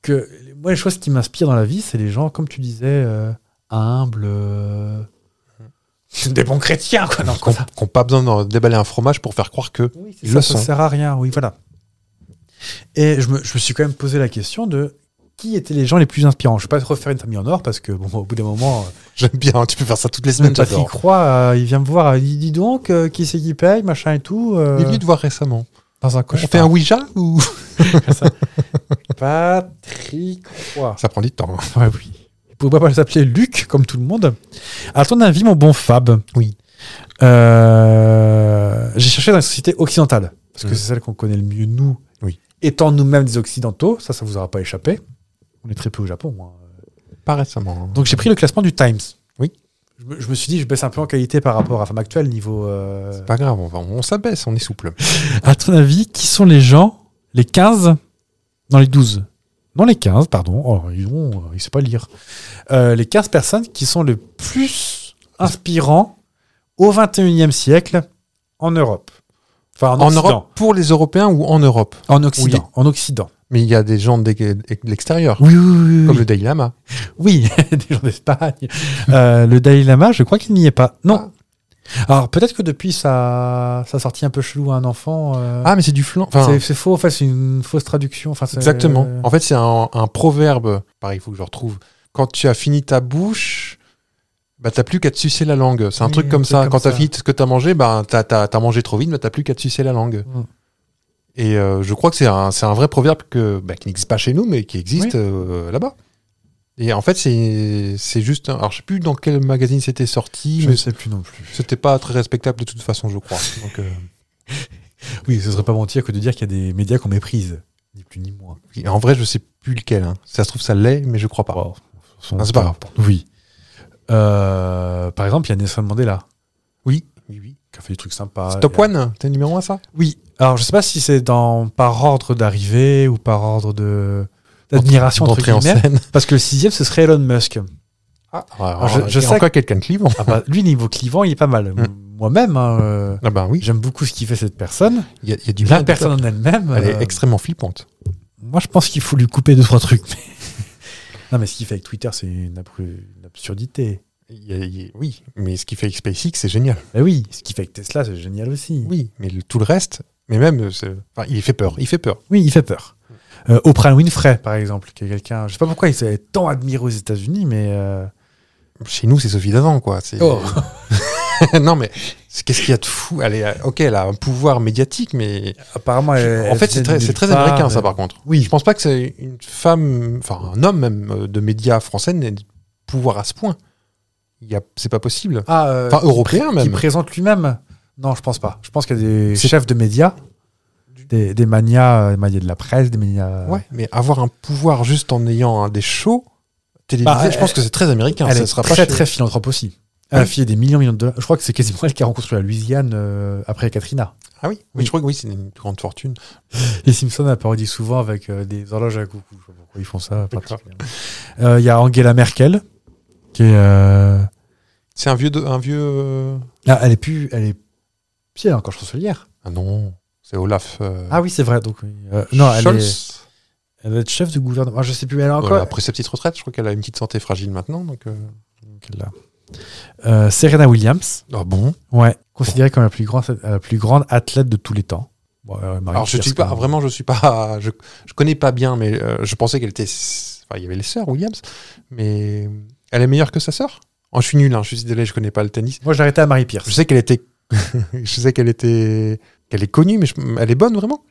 Speaker 1: Que, moi, les choses qui m'inspirent dans la vie, c'est les gens, comme tu disais, euh, humbles. euh, des bons chrétiens, quoi. Non,
Speaker 2: Qu'on
Speaker 1: ça-
Speaker 2: qu'on pas besoin de déballer un fromage pour faire croire que.
Speaker 1: oui, c'est
Speaker 2: Ils
Speaker 1: ça,
Speaker 2: le
Speaker 1: ça
Speaker 2: sont.
Speaker 1: sert à rien, oui, voilà. Et je me, je me suis quand même posé la question de qui étaient les gens les plus inspirants. Je ne vais pas refaire une famille en or parce que, bon, au bout d'un moment,
Speaker 2: J'aime bien, tu peux faire ça toutes les
Speaker 1: même
Speaker 2: semaines,
Speaker 1: Patrick
Speaker 2: j'adore.
Speaker 1: Roy, euh, il vient me voir, il dit dis donc, euh, qui c'est qui paye, machin et tout. euh,
Speaker 2: Il est venu te voir récemment.
Speaker 1: dans un
Speaker 2: On
Speaker 1: coin.
Speaker 2: fait un Ouija ou.
Speaker 1: Patrick Roy.
Speaker 2: Ça prend du temps. hein.
Speaker 1: Ouais, oui. Il pourrait pas s'appeler Luc, comme tout le monde. À ton avis, mon bon Fab
Speaker 2: Oui.
Speaker 1: euh, J'ai cherché dans les sociétés occidentales, parce que
Speaker 2: Mhm.
Speaker 1: c'est celle qu'on connaît le mieux, nous.
Speaker 2: Oui.
Speaker 1: Étant nous-mêmes des Occidentaux, ça, ça vous aura pas échappé. On est très peu au Japon. hein.
Speaker 2: Pas récemment. hein.
Speaker 1: Donc j'ai pris le classement du Times.
Speaker 2: Oui.
Speaker 1: Je me, je me suis dit, je baisse un peu en qualité par rapport à Femme Actuelle, niveau. euh,
Speaker 2: C'est pas grave, on, va- on s'abaisse, on est souple.
Speaker 1: À ton avis, qui sont les gens, les 15 dans les 12 Non, les 15, pardon. Oh, ils ont, euh, il sait pas lire. Euh, les 15 personnes qui sont le plus inspirants au 21e siècle en Europe. Enfin, en,
Speaker 2: En
Speaker 1: Occident.
Speaker 2: Europe, pour les Européens ou en Europe
Speaker 1: En Occident. En Occident.
Speaker 2: Mais il y a des gens de de l'extérieur,
Speaker 1: Oui, oui, oui.
Speaker 2: comme
Speaker 1: oui.
Speaker 2: le Dalai Lama.
Speaker 1: Oui, des gens d'Espagne. Euh, le Dalai Lama, je crois qu'il n'y est pas. Non. Alors, peut-être que depuis sa, sa sortie un peu chelou à un enfant. euh,
Speaker 2: Ah, mais c'est du flan. enfin,
Speaker 1: c'est- c'est faux, en fait, c'est une fausse traduction. Enfin, c'est-
Speaker 2: exactement. En fait, c'est un, un proverbe. Pareil, il faut que je retrouve. Quand tu as fini ta bouche, bah, t'as plus qu'à te sucer la langue. C'est un
Speaker 1: Oui,
Speaker 2: truc
Speaker 1: un
Speaker 2: comme
Speaker 1: truc
Speaker 2: ça.
Speaker 1: comme
Speaker 2: Quand t'as
Speaker 1: ça.
Speaker 2: fini ce que t'as mangé, bah, t'as as, mangé trop vite, mais t'as plus qu'à te sucer la langue.
Speaker 1: Mm.
Speaker 2: Et euh, je crois que c'est un, c'est un vrai proverbe que, bah, qui n'existe pas chez nous, mais qui existe euh, là-bas. Et en fait, c'est c'est juste. un- Alors, je sais plus dans quel magazine c'était sorti,
Speaker 1: Je
Speaker 2: mais
Speaker 1: ne sais plus non plus.
Speaker 2: c'était pas très respectable de toute façon, je crois. Donc, euh,
Speaker 1: Oui, ce serait pas mentir que de dire qu'il y a des médias qu'on méprise, ni plus ni moins.
Speaker 2: oui, en vrai, je sais plus lequel. hein. Ça se trouve, ça l'est, mais je crois pas.
Speaker 1: Wow. Son-
Speaker 2: Ah, c'est pas grave.
Speaker 1: Oui. Euh, par exemple, il y a Nelson Mandela
Speaker 2: Oui, oui, oui.
Speaker 1: qui a fait des trucs sympas.
Speaker 2: C'est top
Speaker 1: Il y a-
Speaker 2: one, t'es numéro un ça
Speaker 1: Oui. Alors, je sais pas si c'est dans par ordre d'arrivée ou par ordre de d'admiration entre
Speaker 2: D'entrée en
Speaker 1: guillemets,
Speaker 2: scène.
Speaker 1: parce que le sixième ce serait Elon Musk.
Speaker 2: Ah,
Speaker 1: je- je
Speaker 2: il y a
Speaker 1: sais
Speaker 2: encore quelqu'un de clivant.
Speaker 1: Ah bah, lui niveau clivant, il est pas mal.
Speaker 2: Hmm.
Speaker 1: Moi-même, hein, euh,
Speaker 2: Ah ben oui,
Speaker 1: j'aime beaucoup ce qu'il fait cette personne.
Speaker 2: il y, a- il y a du bien
Speaker 1: La
Speaker 2: du
Speaker 1: personne en elle-même,
Speaker 2: peuple. Elle
Speaker 1: euh,
Speaker 2: est extrêmement flippante.
Speaker 1: moi je pense qu'il faut lui couper deux trois trucs. non mais ce qu'il fait avec Twitter, c'est une, abru- une absurdité.
Speaker 2: Il y a- il y a- oui, mais ce qu'il fait avec SpaceX, c'est génial.
Speaker 1: Bah oui, ce qu'il fait avec Tesla, c'est génial aussi.
Speaker 2: Oui, mais le- tout le reste, mais même, euh, c'est- enfin, il fait peur, il fait peur.
Speaker 1: Oui, il fait peur. Euh, Oprah Winfrey, par exemple, qui est quelqu'un, je sais pas pourquoi il s'est tant admiré aux États-Unis, mais euh,
Speaker 2: Chez nous, c'est Sophie d'avant, quoi. C'est-
Speaker 1: Oh.
Speaker 2: non, mais c'est- qu'est-ce qu'il y a de fou elle est, euh, Ok, elle a un pouvoir médiatique, mais
Speaker 1: apparemment, elle-
Speaker 2: en
Speaker 1: elle
Speaker 2: fait, c'est
Speaker 1: vient
Speaker 2: très,
Speaker 1: de
Speaker 2: c'est
Speaker 1: nulle
Speaker 2: très
Speaker 1: part,
Speaker 2: américain, ça,
Speaker 1: euh,
Speaker 2: par contre.
Speaker 1: Oui,
Speaker 2: Je pense pas que c'est une femme, enfin un homme même euh, de médias français n'ait de pouvoir à ce point. Il y a- C'est pas possible.
Speaker 1: Ah, euh,
Speaker 2: Enfin, européen
Speaker 1: qui
Speaker 2: même.
Speaker 1: présente lui-même. Non, je pense pas. Je pense qu'il y a des
Speaker 2: C'est-
Speaker 1: chefs de médias, des, des manias, euh, des manias de la presse, des manias.
Speaker 2: Ouais, mais avoir un pouvoir juste en ayant hein, des shows télévisés,
Speaker 1: Bah,
Speaker 2: je pense
Speaker 1: elle-
Speaker 2: que c'est très américain.
Speaker 1: Elle
Speaker 2: ça
Speaker 1: est
Speaker 2: sera
Speaker 1: très
Speaker 2: pas chez-
Speaker 1: très philanthrope aussi. Elle a filé des millions millions de dollars. Je crois que c'est quasiment elle qui a reconstruit la Louisiane euh, après Katrina.
Speaker 2: Ah oui, oui,
Speaker 1: Oui.
Speaker 2: je crois que oui, c'est une grande fortune.
Speaker 1: Les Simpsons la parodie souvent avec euh, des horloges à coucou. Je sais pas pourquoi ils font ça.
Speaker 2: D'accord.
Speaker 1: particulièrement. Euh, Il y a Angela Merkel qui est. euh,
Speaker 2: C'est un vieux, de- un vieux. euh,
Speaker 1: Ah, elle est plus. Elle est. Si, elle est encore chancelière.
Speaker 2: Ah non, c'est Olaf. euh,
Speaker 1: Ah oui, c'est vrai. Donc, oui. Euh, non, elle, est,
Speaker 2: Scholz.
Speaker 1: elle doit être chef de gouvernement. Ah, je sais plus. mais Elle a
Speaker 2: Voilà,
Speaker 1: encore.
Speaker 2: après sa petite retraite, je crois qu'elle a une petite santé fragile maintenant. Donc, euh,
Speaker 1: qu'elle a. Euh, Serena Williams,
Speaker 2: Ah bon
Speaker 1: ouais, considérée comme la plus grande, la plus grande athlète de tous les temps. Bon, euh, Marie
Speaker 2: Alors je
Speaker 1: Pierce,
Speaker 2: suis pas
Speaker 1: quand même.
Speaker 2: vraiment, je suis pas, je, je connais pas bien, mais euh, je pensais qu'elle était. Enfin, il y avait les sœurs Williams, mais elle est meilleure que sa sœur. Oh, je suis nul, hein, je suis désolé, je connais pas le tennis.
Speaker 1: Moi, j'ai arrêté à Marie Pierce.
Speaker 2: Je sais qu'elle était, je sais qu'elle était, qu'elle est connue, mais je- elle est bonne vraiment.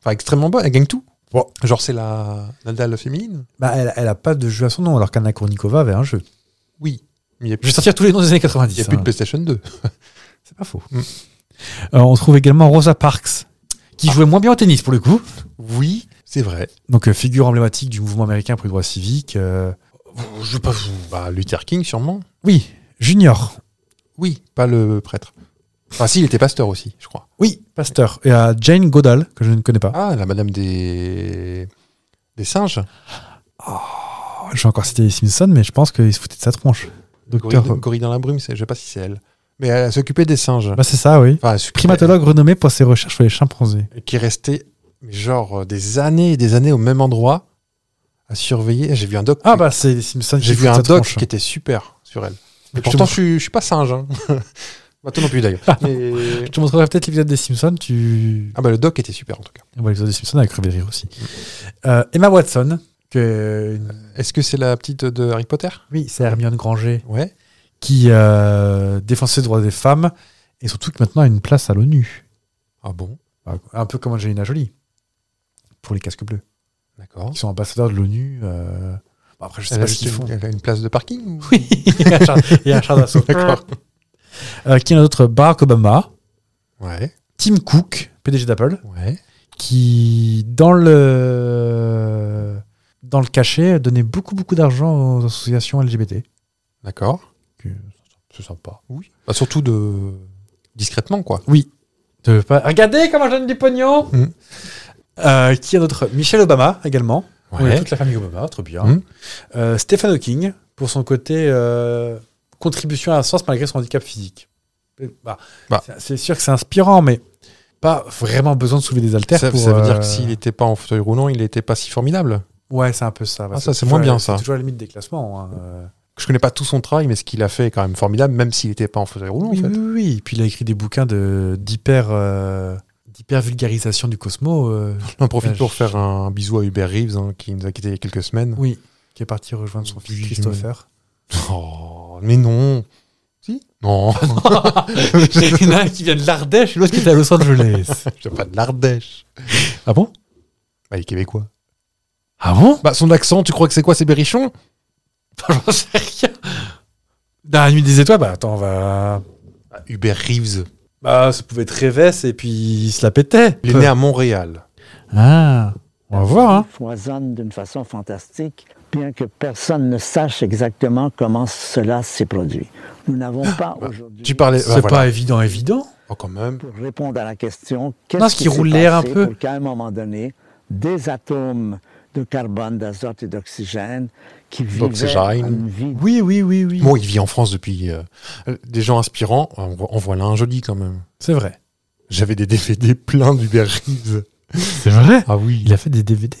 Speaker 2: Enfin, extrêmement bonne. Elle gagne tout. Genre c'est la Nadal féminine.
Speaker 1: Bah, elle, elle a pas de jeu à son nom, alors qu'Anna Kournikova avait un jeu.
Speaker 2: Oui. Mais il n'y a
Speaker 1: Je
Speaker 2: plus,
Speaker 1: vais sortir tous les noms des années
Speaker 2: il y
Speaker 1: 90.
Speaker 2: a plus
Speaker 1: hein.
Speaker 2: de PlayStation 2.
Speaker 1: C'est pas faux.
Speaker 2: Mm.
Speaker 1: Euh, on trouve également Rosa Parks, qui
Speaker 2: Ah.
Speaker 1: jouait moins bien au tennis pour le coup.
Speaker 2: Oui, c'est vrai.
Speaker 1: Donc, euh, figure emblématique du mouvement américain pour les droits civiques. euh,
Speaker 2: Je pas. Bah, Luther King sûrement.
Speaker 1: Oui, Junior.
Speaker 2: Oui, pas le prêtre. Enfin, si, il était pasteur aussi, je crois.
Speaker 1: Oui, Pasteur. Et à Jane Goodall, que je ne connais pas.
Speaker 2: Ah, la madame des. des singes
Speaker 1: J'ai encore cité les Simpsons, mais je pense qu'il se foutait de sa tronche.
Speaker 2: Gorille,
Speaker 1: Docteur.
Speaker 2: Gorille dans la brume, c'est- je sais pas si c'est elle. Mais elle s'occupait des singes.
Speaker 1: Bah, c'est ça, oui.
Speaker 2: Enfin, elle s'occupait-
Speaker 1: Primatologue renommé pour ses recherches sur les chimpanzés.
Speaker 2: Qui restait, mais genre, euh, des années et des années au même endroit à surveiller. J'ai vu un doc.
Speaker 1: Ah bah c'est les Simpsons. qui
Speaker 2: J'ai vu
Speaker 1: foutent
Speaker 2: un
Speaker 1: sa
Speaker 2: doc
Speaker 1: tronche.
Speaker 2: qui était super sur elle.
Speaker 1: Je
Speaker 2: Mais
Speaker 1: te
Speaker 2: pourtant,
Speaker 1: montre-
Speaker 2: je suis, je suis pas singe. Hein. Bah, toi non plus d'ailleurs.
Speaker 1: Ah.
Speaker 2: Mais-
Speaker 1: Je te montrerai peut-être l'épisode des Simpsons. Tu.
Speaker 2: Ah bah, le doc était super en tout cas.
Speaker 1: Ah, bah, l'épisode des Simpsons avec crevé de rire aussi. Euh, Emma Watson, que
Speaker 2: Est-ce que c'est la petite de Harry Potter
Speaker 1: oui, c'est Hermione Granger,
Speaker 2: Ouais.
Speaker 1: qui euh, défend ses droits des femmes et surtout qui maintenant a une place à l'ONU. Euh,
Speaker 2: Ah bon
Speaker 1: Un peu comme Angelina Jolie pour les casques bleus,
Speaker 2: D'accord.
Speaker 1: qui sont ambassadeurs de l'ONU. euh, bah, après, je sais
Speaker 2: Elle a,
Speaker 1: pas ce
Speaker 2: juste
Speaker 1: qu'ils font.
Speaker 2: une, elle a une place de parking ou-
Speaker 1: Oui, il y a un char- il y a un char d'assaut.
Speaker 2: D'accord.
Speaker 1: Euh, qui est notre Barack Obama,
Speaker 2: Ouais.
Speaker 1: Tim Cook, PDG d'Apple,
Speaker 2: Ouais.
Speaker 1: qui, dans le, dans le cachet, donnait beaucoup, beaucoup d'argent aux associations LGBT.
Speaker 2: D'accord.
Speaker 1: Que- C'est sympa.
Speaker 2: Oui. Bah, surtout de discrètement quoi.
Speaker 1: De pas- Regardez comment je donne du pognon
Speaker 2: Mm.
Speaker 1: Euh, Qui est notre Michelle Obama également. On est
Speaker 2: Ouais.
Speaker 1: toute la famille Obama, très bien.
Speaker 2: Mm.
Speaker 1: Euh, Stephen Hawking, pour son côté euh, contribution à la science malgré son handicap physique. Euh, bah,
Speaker 2: Bah.
Speaker 1: c'est- C'est sûr que c'est inspirant, mais pas vraiment besoin de soulever des haltères
Speaker 2: Ça,
Speaker 1: pour.
Speaker 2: ça veut dire
Speaker 1: euh,
Speaker 2: que s'il n'était pas en fauteuil roulant, il n'était pas si formidable.
Speaker 1: Ouais, c'est un peu ça. Bah,
Speaker 2: Ah, ça, c'est
Speaker 1: toujours
Speaker 2: moins
Speaker 1: à-
Speaker 2: bien, ça.
Speaker 1: C'est toujours à la limite des classements. hein, euh.
Speaker 2: Je connais pas tout son travail, mais ce qu'il a fait est quand même formidable, même s'il n'était pas en fauteuil roulant.
Speaker 1: oui,
Speaker 2: en fait.
Speaker 1: oui, oui. Et puis il a écrit des bouquins de- d'hyper euh, d'hyper vulgarisation du cosmos. euh,
Speaker 2: On en profite
Speaker 1: Ah,
Speaker 2: pour
Speaker 1: je-
Speaker 2: faire un bisou à Hubert Reeves, hein, qui nous a quitté il y a quelques semaines.
Speaker 1: oui, qui est parti rejoindre son fils
Speaker 2: Oui,
Speaker 1: Christopher.
Speaker 2: Oh, mais non Si Non,
Speaker 1: Il y en a un qui vient de l'Ardèche et l'autre qui est à Los Angeles.
Speaker 2: je viens pas de l'Ardèche.
Speaker 1: ah bon
Speaker 2: Bah, les Québécois.
Speaker 1: Ah bon
Speaker 2: Bah, son accent, tu crois que c'est quoi C'est Berrichon
Speaker 1: J'en sais rien. Dans la nuit des étoiles, bah attends, on va.
Speaker 2: Hubert Reeves.
Speaker 1: Bah, ça pouvait être Révès et puis il se la pétait.
Speaker 2: Il est né à Montréal.
Speaker 1: Ah, on va voir, hein.
Speaker 5: Ils foisonnent d'une façon fantastique, bien que personne ne sache exactement comment cela s'est produit. Nous n'avons
Speaker 1: Ah,
Speaker 5: pas
Speaker 1: bah,
Speaker 5: aujourd'hui
Speaker 2: Tu parlais.
Speaker 1: C'est pas évident, évident.
Speaker 2: Oh, quand même.
Speaker 5: pour répondre à la question
Speaker 1: Non,
Speaker 5: qu'est-ce
Speaker 1: ce qui
Speaker 5: qui s'est
Speaker 1: roule l'air un
Speaker 5: passé
Speaker 1: peu.
Speaker 5: pour qu'à un moment donné, des atomes de carbone, d'azote et d'oxygène qui vivaient
Speaker 2: D'oxygène.
Speaker 5: une vie
Speaker 1: Oui, oui, oui, oui.
Speaker 2: Bon, il vit en France depuis. euh, euh, des gens inspirants. On voit, on voit là un joli quand même.
Speaker 1: C'est vrai.
Speaker 2: J'avais des DVD pleins d'Hubert Reeves.
Speaker 1: C'est vrai.
Speaker 2: Ah oui.
Speaker 1: Il a fait des DVD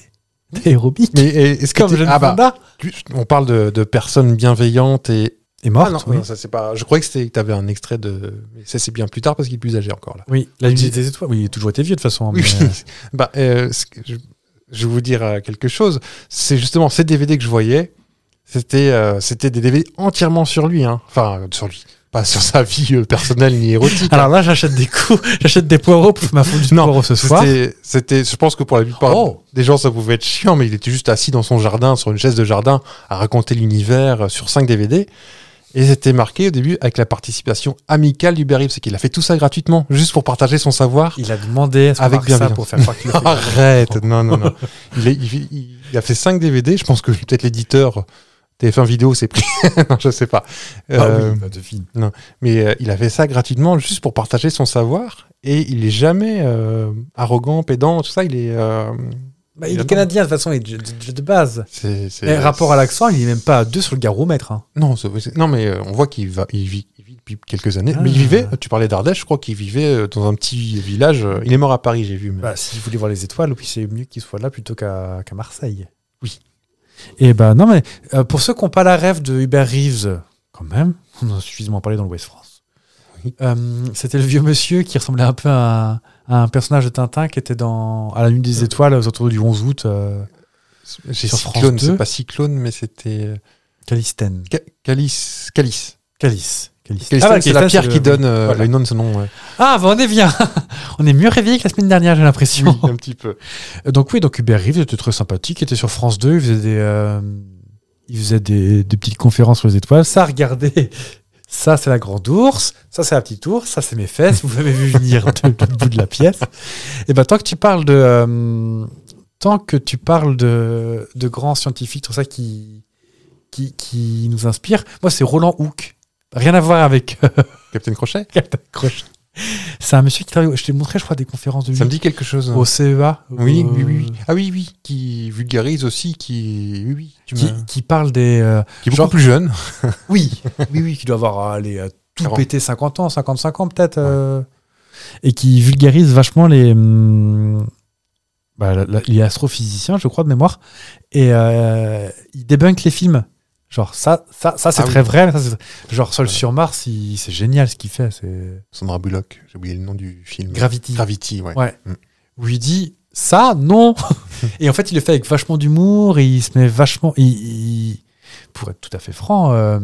Speaker 1: d'aérobic.
Speaker 2: Mais eh, est-ce que
Speaker 1: Comme
Speaker 2: t'es-
Speaker 1: Jeanne
Speaker 2: ah, bah,
Speaker 1: Fonda.
Speaker 2: tu- on parle de, de personnes bienveillantes et
Speaker 1: est morte.
Speaker 2: Ah non,
Speaker 1: oui.
Speaker 2: non, ça c'est pas. Je croyais que c'était. que T'avais un extrait de. Mais ça c'est bien plus tard parce qu'il est plus âgé encore là.
Speaker 1: Oui, la nuit des étoiles. Oui, il a toujours été vieux de toute façon.
Speaker 2: Oui,
Speaker 1: mais-
Speaker 2: oui. bah, euh, ce que je, je vais vous dire euh, quelque chose. C'est justement ces DVD que je voyais. C'était euh, c'était des DVD entièrement sur lui. Hein. Enfin, euh, sur lui. Pas sur sa vie euh, personnelle ni érotique.
Speaker 1: Alors là, j'achète des coups, j'achète des poireaux pour ma fondue de
Speaker 2: Non,
Speaker 1: poireaux ce soir.
Speaker 2: C'était, c'était- je pense que pour la plupart
Speaker 1: Oh.
Speaker 2: des gens, ça pouvait être chiant, mais il était juste assis dans son jardin, sur une chaise de jardin, à raconter l'univers euh, sur 5 DVD. Et c'était marqué au début avec la participation amicale d'Hubert Reeves, c'est qu'il a fait tout ça gratuitement, juste pour partager son savoir.
Speaker 1: Il a demandé à ce qu'on
Speaker 2: Avec
Speaker 1: marque ça
Speaker 2: bienveillance.
Speaker 1: pour faire croire qu'il le fait.
Speaker 2: Arrête, non, non, non. Il, est- il- il- il a fait 5 DVD, je pense que peut-être l'éditeur TF1 Vidéo s'est pris, non, je sais
Speaker 1: Ah
Speaker 2: pas. Euh,
Speaker 1: bah, de film.
Speaker 2: mais euh, il a fait ça gratuitement juste pour partager son savoir. Et il est jamais euh, arrogant, pédant, tout ça. Il est. euh,
Speaker 1: Bah, il est canadien de toute façon, il est de, de- de base.
Speaker 2: c'est- c'est-
Speaker 1: Et Eh, rapport à l'accent, il est même pas à deux sur le garomètre. hein.
Speaker 2: Non, c'est- c'est- non, mais euh, on voit qu'il va, il vit, il vit depuis quelques années.
Speaker 1: Ah.
Speaker 2: Mais il vivait. Tu parlais d'Ardèche, je crois qu'il vivait euh, dans un petit village. euh, Il est mort à Paris, j'ai vu. mais-
Speaker 1: Bah, si vous voulez voir les étoiles, oui, c'est mieux qu'il soit là plutôt qu'à qu'à Marseille. Oui. Et ben non, mais euh, pour ceux qui n'ont pas la rêve de Hubert Reeves, quand même, on en a suffisamment parlé dans le West France.
Speaker 2: Oui.
Speaker 1: Euh, C'était le vieux monsieur qui ressemblait un peu à, à un personnage de Tintin qui était dans à la nuit des étoiles aux autour du 11 août, euh,
Speaker 2: J'ai
Speaker 1: sur France
Speaker 2: cyclone,
Speaker 1: 2.
Speaker 2: c'est pas cyclone, mais c'était euh,
Speaker 1: Calisten.
Speaker 2: Ca- Calice, Calice.
Speaker 1: Calice. Ah, Calice.
Speaker 2: Calistène, c'est la pierre
Speaker 1: Ah, le-
Speaker 2: qui donne euh,
Speaker 1: Voilà.
Speaker 2: le nom de son nom. ouais.
Speaker 1: Ah, bah, on est bien. on est mieux réveillé que la semaine dernière, j'ai l'impression.
Speaker 2: un petit peu.
Speaker 1: Euh, Donc oui, donc Hubert Reeves était très sympathique, il était sur France 2, il faisait des, euh, il faisait des, des petites conférences sur les étoiles. Ça, regardez, ça c'est la grande ours, ça c'est la petite ours, ça c'est mes fesses, vous l'avez vu venir de, de- du bout de la pièce. Et ben tant que tu parles de... euh, tant que tu parles de, de grands scientifiques, tout ça qui, qui, qui nous inspirent, moi c'est Roland Houck. Rien à voir avec euh,
Speaker 2: Captain Crochet.
Speaker 1: Captain Crochet. C'est un monsieur qui travaille, je t'ai montré je crois des conférences de lui
Speaker 2: Ça me dit quelque chose. hein.
Speaker 1: au E CEA.
Speaker 2: Oui,
Speaker 1: au-
Speaker 2: oui, oui. Ah oui, oui, qui vulgarise aussi, qui, oui, oui, tu
Speaker 1: qui,
Speaker 2: m'as-
Speaker 1: qui parle des. euh,
Speaker 2: qui est beaucoup
Speaker 1: genre-
Speaker 2: plus jeune.
Speaker 1: oui, oui, oui, qui doit avoir euh, les, euh, tout
Speaker 2: 40.
Speaker 1: pété 50 ans, 55 ans peut-être. euh, et qui vulgarise vachement les. hum, bah, la- la- il est astrophysicien, je crois, de mémoire. Et euh, il débunk les films. Genre, ça, ça, ça c'est
Speaker 2: Ah oui.
Speaker 1: très vrai. mais ça, c'est- genre, Sol
Speaker 2: Ouais.
Speaker 1: sur Mars, il- c'est génial ce qu'il fait. C'est
Speaker 2: Sandra Bullock, j'ai oublié le nom du film.
Speaker 1: Gravity.
Speaker 2: Gravity, ouais.
Speaker 1: Ouais.
Speaker 2: Mm.
Speaker 1: Où il dit ça, non. et en fait, il le fait avec vachement d'humour et il se met vachement. il- il- pour être tout à fait franc, euh,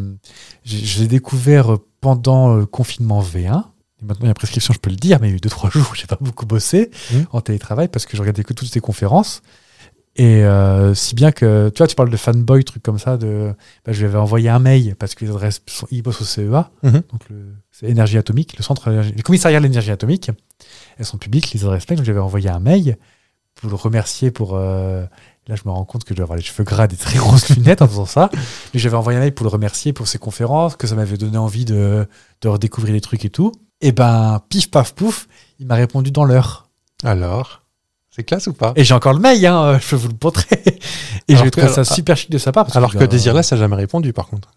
Speaker 1: j'ai- je l'ai découvert euh, pendant le confinement V1. Et maintenant, il y a prescription, je peux le dire, mais il y a eu 2-3 jours où j'ai pas beaucoup bossé
Speaker 2: Mhm.
Speaker 1: en télétravail parce que je regardais que toutes ces conférences. Et euh, si bien que, tu vois, tu parles de fanboy, truc comme ça, de, bah, je lui avais envoyé un mail parce qu'ils adresses sont, ils bossent au CEA,
Speaker 2: Mhm.
Speaker 1: donc le- c'est énergie atomique, le centre, énergie- le commissariat de l'énergie atomique, et son public les adresses mail, donc j'avais envoyé un mail pour le remercier pour, euh, là je me rends compte que je dois avoir les cheveux gras, et des très grosses lunettes en faisant ça, mais j'avais envoyé un mail pour le remercier pour ses conférences, que ça m'avait donné envie de, de redécouvrir les trucs et tout. Et ben, pif paf pouf, il m'a répondu dans l'heure.
Speaker 2: Alors, c'est classe ou pas
Speaker 1: Et j'ai encore le mail, hein, euh, je peux vous le montrer. Et
Speaker 2: Alors
Speaker 1: j'ai
Speaker 2: que-
Speaker 1: trouvé ça
Speaker 2: alors-
Speaker 1: super chic de sa part. parce
Speaker 2: Alors
Speaker 1: je
Speaker 2: que
Speaker 1: dis, euh,
Speaker 2: Désirless ça a jamais répondu, par contre.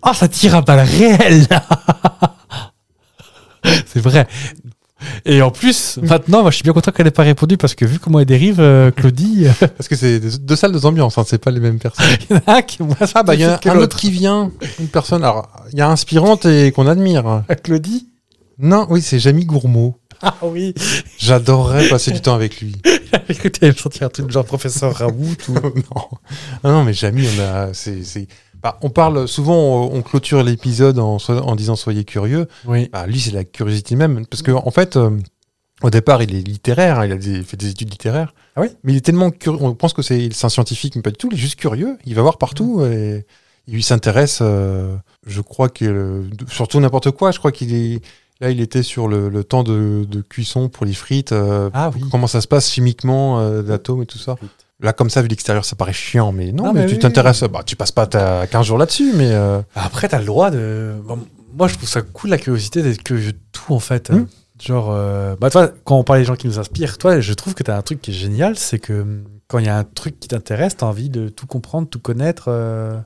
Speaker 1: Ah, ça tire à balles réelles C'est vrai. Et en plus, maintenant, moi, je suis bien content qu'elle n'ait pas répondu parce que vu comment elle dérive, euh, Claudie, euh,
Speaker 2: Parce que c'est des- deux salles, deux ambiances, hein, c'est pas les mêmes personnes.
Speaker 1: il y en a un qui est moins
Speaker 2: Ah bah, il y a
Speaker 1: sympathique
Speaker 2: un
Speaker 1: que
Speaker 2: autre qui vient, une personne, alors, il y a inspirante et qu'on admire.
Speaker 1: l'autre. Claudie
Speaker 2: Non, oui, c'est Jamie Gourmaud.
Speaker 1: Ah oui
Speaker 2: J'adorerais passer du temps avec lui.
Speaker 1: J'ai cru que t'allais me sortir un truc genre professeur Raoult ou...
Speaker 2: non. Ah non, mais Jamie, on a, c'est, c'est- Bah, on parle souvent, on clôture l'épisode en, so- en disant soyez curieux.
Speaker 1: Oui.
Speaker 2: Bah, lui, c'est la curiosité même, parce que en fait, euh, au départ, il est littéraire, hein, il a des- fait des études littéraires.
Speaker 1: Ah oui
Speaker 2: Mais il est tellement curieux, on pense que c'est c'est un scientifique, mais pas du tout. Il est juste curieux. Il va voir partout et il s'intéresse. euh, je crois que euh, de- surtout n'importe quoi. Je crois qu'il est là, il était sur le, le temps de, de cuisson pour les frites. euh,
Speaker 1: Ah oui.
Speaker 2: Comment ça se passe chimiquement, euh, l'atome et tout ça. Là, comme ça, vu l'extérieur, ça paraît chiant, mais non,
Speaker 1: Ah,
Speaker 2: mais,
Speaker 1: mais
Speaker 2: tu
Speaker 1: oui,
Speaker 2: t'intéresses, bah, tu passes pas ta 15 jours là-dessus, mais euh,
Speaker 1: Après, t'as le droit de. bon, moi, je trouve ça cool la curiosité d'être curieux de tout en fait.
Speaker 2: Hmm.
Speaker 1: Genre, euh, bah toi, quand on parle des gens qui nous inspirent, toi, je trouve que t'as un truc qui est génial, c'est que hum, quand il y a un truc qui t'intéresse, t'as envie de tout comprendre, tout connaître. euh.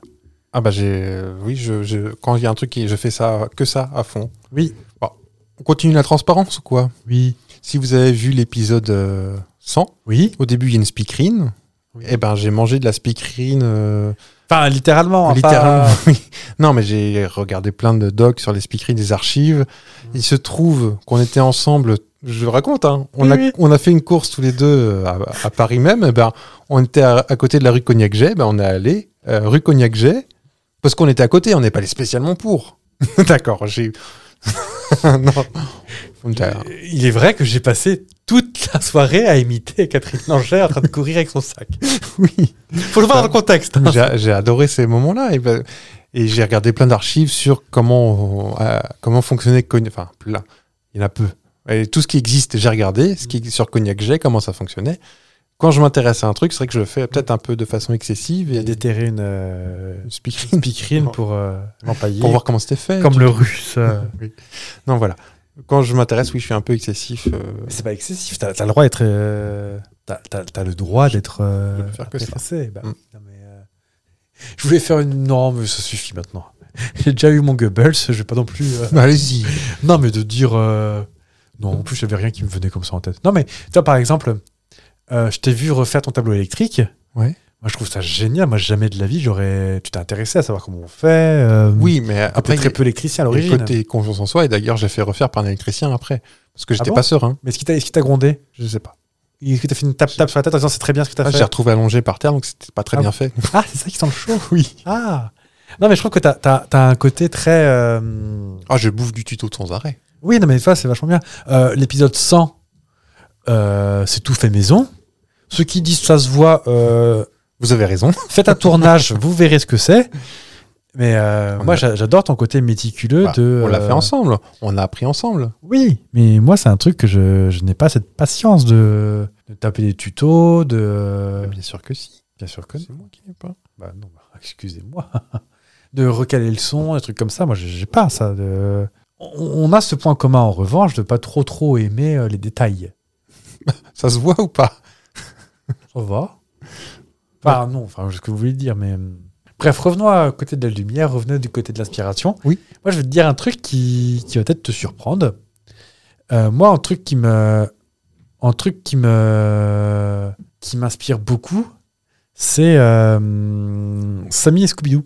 Speaker 2: ah bah j'ai, euh, oui, je, je- quand il y a un truc qui, je fais ça, que ça à fond.
Speaker 1: Oui.
Speaker 2: On continue la transparence ou quoi
Speaker 1: Oui.
Speaker 2: Si vous avez vu l'épisode euh, 100,
Speaker 1: Oui.
Speaker 2: au début il y a une speakerine.
Speaker 1: Oui.
Speaker 2: Eh ben j'ai mangé de la speakerine. euh,
Speaker 1: Enfin, littéralement. enfin, euh,
Speaker 2: littéralement. oui. non, mais j'ai regardé plein de docs sur les speakerines, des archives.
Speaker 1: Mm.
Speaker 2: Il se trouve qu'on était ensemble. Je raconte, hein, on,
Speaker 1: Oui,
Speaker 2: a,
Speaker 1: oui.
Speaker 2: on a fait une course tous les deux euh, à, à Paris même. eh ben, on était à, à côté de la rue cognac jet ben, on est allé euh, rue cognac jet parce qu'on était à côté, on n'est pas allé spécialement pour. D'accord, j'ai. non. On était à-
Speaker 1: Il est vrai que j'ai passé toute la soirée à imiter Catherine Langer en train de courir avec son sac.
Speaker 2: Oui.
Speaker 1: Faut le voir dans le contexte. hein.
Speaker 2: J'ai- J'ai adoré ces moments-là. Et, ben- et j'ai regardé plein d'archives sur comment, euh, comment fonctionnait Cognac. Enfin, plein. Il y en a peu. Et tout ce qui existe, j'ai regardé ce qui, est sur Cognac Jet, comment ça fonctionnait. Quand je m'intéresse à un truc, c'est vrai que je le fais peut-être un peu de façon excessive.
Speaker 1: Il
Speaker 2: Et
Speaker 1: a déterré une, euh,
Speaker 2: une speakerine
Speaker 1: une picrine pour euh, l'empailler.
Speaker 2: pour voir comment c'était fait.
Speaker 1: comme le russe. euh.
Speaker 2: Non, voilà. Quand je m'intéresse, oui, je suis un peu excessif. euh,
Speaker 1: Mais c'est pas excessif. T'as as le droit d'être. euh, t'as- T'as t'as le droit d'être. euh,
Speaker 2: Je peux faire que ça.
Speaker 1: intéressé. Bah,
Speaker 2: Mm.
Speaker 1: non, mais, euh, Je voulais faire une. Non, mais ça suffit maintenant. J'ai déjà eu mon Goebbels. Je vais pas non plus. euh,
Speaker 2: Allez-y.
Speaker 1: Non, mais de dire. euh, Non, en plus, j'avais rien qui me venait comme ça en tête. Non, mais toi, par exemple, euh, je t'ai vu refaire ton tableau électrique.
Speaker 2: Ouais.
Speaker 1: Moi, je trouve ça génial. Moi, jamais de la vie, j'aurais. Tu t'es intéressé à savoir comment on fait. euh,
Speaker 2: Oui, mais
Speaker 1: Après,
Speaker 2: après,
Speaker 1: très peu électricien à
Speaker 2: il y a
Speaker 1: l'origine.
Speaker 2: le côté confiance en soi. Et d'ailleurs, j'ai fait refaire par un électricien après. Parce que j'étais
Speaker 1: Ah bon
Speaker 2: pas serein.
Speaker 1: Mais est-ce qu'il t'a- est-ce qu'il t'a grondé
Speaker 2: Je sais pas.
Speaker 1: Est-ce que t'as fait une tape-tape sur la tête en disant c'est très bien ce que t'as
Speaker 2: Ah,
Speaker 1: fait
Speaker 2: j'ai retrouvé allongé par terre, donc c'était pas très
Speaker 1: Ah
Speaker 2: bien fait.
Speaker 1: Ah, c'est ça qui sent le chaud, oui. Ah Non, mais je trouve que t'as as, un côté très. euh,
Speaker 2: Ah, je bouffe du tuto sans arrêt.
Speaker 1: Oui, non, mais ça, c'est vachement bien. Euh, L'épisode 100, euh, c'est tout fait maison. Ceux qui disent ça se voit, euh,
Speaker 2: Vous avez raison.
Speaker 1: faites un tournage, vous verrez ce que c'est. Mais euh,
Speaker 2: On
Speaker 1: moi,
Speaker 2: a-
Speaker 1: j'a- j'adore ton côté méticuleux
Speaker 2: Bah,
Speaker 1: de.
Speaker 2: on l'a fait
Speaker 1: euh,
Speaker 2: ensemble. On a appris ensemble.
Speaker 1: Oui, mais moi, c'est un truc que je, je n'ai pas cette patience de, de taper des tutos, de.
Speaker 2: Bah, bien sûr que si.
Speaker 1: Bien sûr que non.
Speaker 2: euh, moi qui n'ai pas.
Speaker 1: Bah non, bah, excusez-moi. de recaler le son, des trucs comme ça, moi j'ai- j'ai pas ça. de- On on a ce point commun en revanche de pas trop trop aimer euh, les détails.
Speaker 2: Ça se voit ou pas
Speaker 1: Ça va Enfin non, enfin ce que vous voulez dire, mais... hum, Bref, revenons à côté de la lumière, revenons du côté de l'inspiration.
Speaker 2: Oui.
Speaker 1: Moi je vais te dire un truc qui, qui va peut-être te surprendre. Euh, moi un truc qui me... Un truc qui me... qui m'inspire beaucoup, c'est euh, Samy et Scooby-Doo.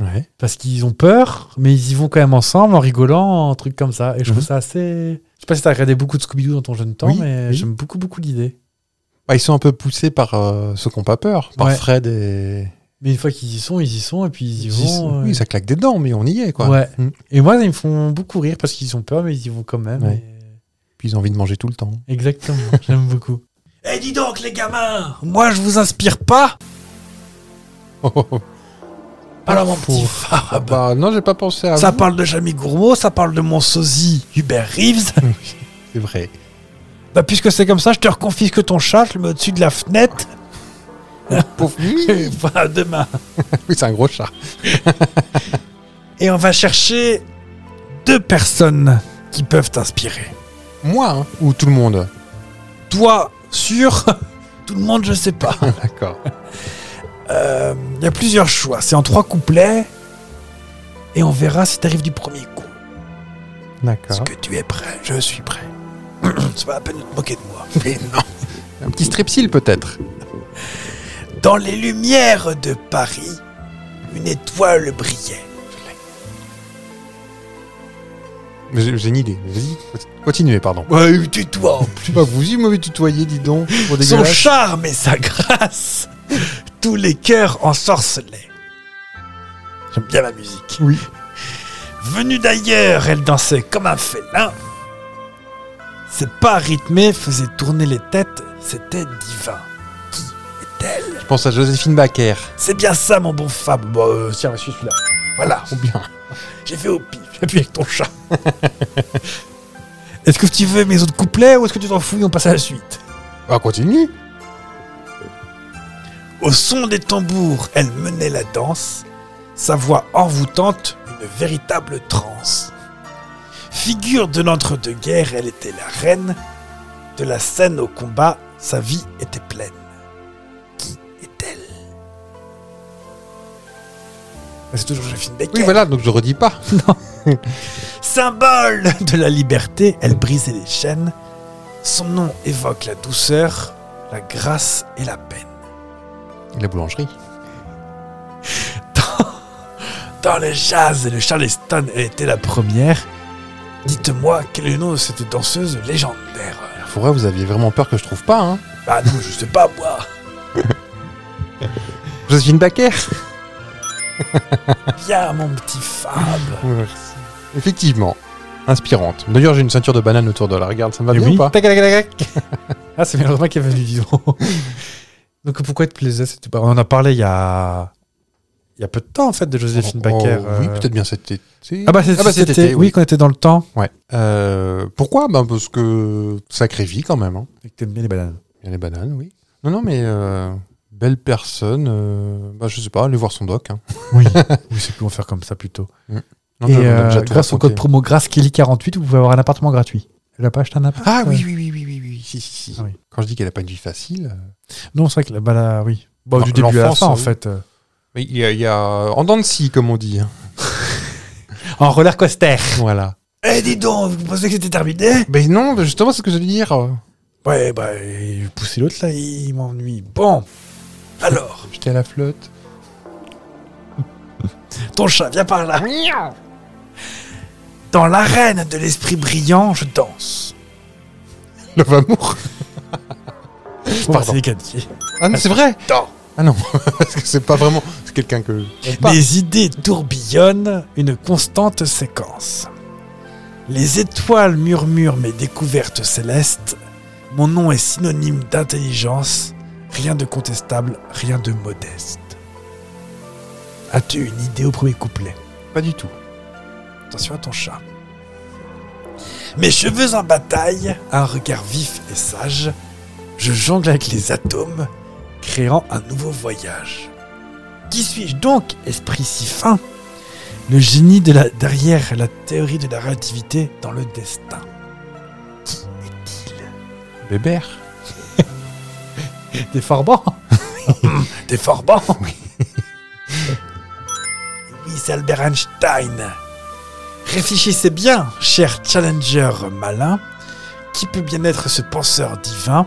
Speaker 2: Ouais.
Speaker 1: Parce qu'ils ont peur, mais ils y vont quand même ensemble en rigolant, un truc comme ça. Et je trouve ça assez. Je sais pas si t'as regardé beaucoup de Scooby-Doo dans ton jeune temps,
Speaker 2: Mhm. Oui,
Speaker 1: mais
Speaker 2: oui.
Speaker 1: j'aime beaucoup, beaucoup l'idée.
Speaker 2: Bah, ils sont un peu poussés par euh, ceux qui n'ont pas peur, par
Speaker 1: Ouais.
Speaker 2: Fred et.
Speaker 1: Mais une fois qu'ils y sont, ils y sont, et puis ils y
Speaker 2: Ils-
Speaker 1: vont. euh,
Speaker 2: Oui, ça claque des dents, mais on y est, quoi.
Speaker 1: Ouais.
Speaker 2: Mm.
Speaker 1: Et moi, ils me font beaucoup rire parce qu'ils ont peur, mais ils y vont quand même.
Speaker 2: Ouais. Puis ils ont envie de manger tout le temps.
Speaker 1: et- Exactement, j'aime beaucoup. Eh, dis donc, les gamins, moi je vous inspire pas
Speaker 2: bah.
Speaker 1: Alors, mon petit
Speaker 2: Ah
Speaker 1: Farab,
Speaker 2: bah non, j'ai pas pensé à.
Speaker 1: ça
Speaker 2: vous.
Speaker 1: parle de Jamie Gourmaud, ça parle de mon sosie Hubert Reeves.
Speaker 2: C'est vrai.
Speaker 1: Bah, puisque c'est comme ça, je te reconfisque ton chat, je le mets au-dessus de la fenêtre.
Speaker 2: Pauvre
Speaker 1: Et
Speaker 2: lui.
Speaker 1: voilà, demain.
Speaker 2: oui, c'est un gros chat.
Speaker 1: Et on va chercher deux personnes qui peuvent t'inspirer.
Speaker 2: Moi, hein, ou tout le monde.
Speaker 1: Toi, sûr Tout le monde, je sais pas.
Speaker 2: D'accord.
Speaker 1: Euh, Il y a plusieurs choix. C'est en trois couplets. Et on verra si t'arrives du premier coup. Est-ce
Speaker 2: D'accord.
Speaker 1: que tu es prêt Je suis prêt. C'est pas la peine de te moquer de moi.
Speaker 2: Mais non. Un petit strepsil peut-être.
Speaker 1: Dans les lumières de Paris, une étoile brillait.
Speaker 2: Mais J'ai j'ai une idée. Vas-y, continuez, pardon.
Speaker 1: Ouais, tue-toi en
Speaker 2: Je sais pas, vous y m'avez tutoyé, dis donc.
Speaker 1: Son
Speaker 2: pour dégueulasse.
Speaker 1: charme et sa grâce, tous les cœurs ensorcelaient.
Speaker 6: J'aime bien la musique. Oui. Venue d'ailleurs, elle dansait comme un félin. Ses pas rythmés faisaient tourner les têtes, c'était divin. Qui est-elle
Speaker 2: Je pense à Joséphine Baker.
Speaker 6: C'est bien ça, mon bon Fab. Bon, euh, tiens, je suis celui-là. Voilà,
Speaker 2: Ou bien.
Speaker 6: j'ai fait au pif, j'appuie avec ton chat. est-ce que tu veux mes autres couplets ou est-ce que tu t'en fous et on passe à la suite
Speaker 2: On Bah, continue.
Speaker 6: Au son des tambours, elle menait la danse, sa voix envoûtante, une véritable transe. Figure de l'entre-deux-guerres, elle était la reine. De la scène au combat, sa vie était pleine. Qui est-elle Bah, C'est toujours Joséphine Baker.
Speaker 2: Oui, voilà, donc je redis pas.
Speaker 6: Symbole de la liberté, elle brisait les chaînes. Son nom évoque la douceur, la grâce et la peine.
Speaker 2: La boulangerie.
Speaker 6: Dans le jazz et le charleston, elle était la première. Dites-moi quel est le nom de cette danseuse légendaire.
Speaker 2: La forêt, vous aviez vraiment peur que je trouve pas, hein
Speaker 6: Bah non, je sais pas moi.
Speaker 2: Joséphine Baker
Speaker 6: Viens mon petit Fab.
Speaker 2: Effectivement. Inspirante. D'ailleurs, j'ai une ceinture de banane autour de la. Regarde,
Speaker 6: Eh
Speaker 2: ça me va bien ou pas Oh,
Speaker 6: Ah c'est Mélodra qui avait du vivant. Donc pourquoi te plaisait cette... bah, On en a parlé il y a... Il y a peu de temps en fait de Joséphine
Speaker 2: Oh,
Speaker 6: Baker.
Speaker 2: Oui,
Speaker 6: euh.
Speaker 2: peut-être bien cet été.
Speaker 6: Ah bah c'était
Speaker 2: cet été,
Speaker 6: oui, quand on était dans le temps.
Speaker 2: Ouais. Euh, pourquoi ben Parce que sacrée vie quand même. hein.
Speaker 6: Et que t'aimes bien les bananes.
Speaker 2: Il y a les bananes, oui. Non, non, mais euh, belle personne. euh, bah, je sais pas, allez voir son doc. hein.
Speaker 6: Oui, oui c'est plus en faire comme ça plutôt.
Speaker 2: Non,
Speaker 6: Et
Speaker 2: je- on a
Speaker 6: euh,
Speaker 2: déjà tout
Speaker 6: grâce au code
Speaker 2: raconté.
Speaker 6: promo GRASSKELLY48, vous pouvez avoir un appartement gratuit. Elle a pas acheté un appart
Speaker 2: Ah
Speaker 6: euh,
Speaker 2: oui, oui, oui, oui, oui, oui, si, si, si.
Speaker 6: Ah oui.
Speaker 2: Quand je dis qu'elle a pas une vie facile. euh,
Speaker 6: Non, c'est vrai que là, bah, là, oui. Bon,
Speaker 2: Ah,
Speaker 6: du début à la
Speaker 2: l'enfance,
Speaker 6: fin, en
Speaker 2: oui.
Speaker 6: fait. euh.
Speaker 2: mais il y a, il y a- en dents de scie, comme on dit. hein.
Speaker 6: En roller coaster.
Speaker 2: Voilà.
Speaker 6: Eh, dis donc, vous pensez que c'était terminé
Speaker 2: Mais non, mais justement, c'est ce que je veux dire.
Speaker 6: Ouais, bah, euh, pousser l'autre, là, il m'ennuie. Bon, alors,
Speaker 2: J'étais à la flotte.
Speaker 6: ton chat, viens par là. Dans l'arène de l'esprit brillant, je danse.
Speaker 2: Le amour. Pardon.
Speaker 6: c'est Kanye.
Speaker 2: Ah non, c'est vrai.
Speaker 6: Dans.
Speaker 2: Ah non, parce que c'est pas vraiment. C'est quelqu'un que. on parle.
Speaker 6: Les idées tourbillonnent, une constante séquence. Les étoiles murmurent mes découvertes célestes. Mon nom est synonyme d'intelligence. Rien de contestable, rien de modeste. As-tu une idée au premier couplet
Speaker 2: Pas du tout.
Speaker 6: Attention à ton chat. Mes cheveux en bataille, un regard vif et sage, je jongle avec les atomes, créant un nouveau voyage. Qui suis-je donc, esprit si fin Le génie de la, derrière la théorie de la relativité dans le destin. Qui est-il
Speaker 2: Bébert.
Speaker 6: Des forbans Des forbans Oui. oui, c'est Albert Einstein. Réfléchissez bien, cher challenger malin. Qui peut bien être ce penseur divin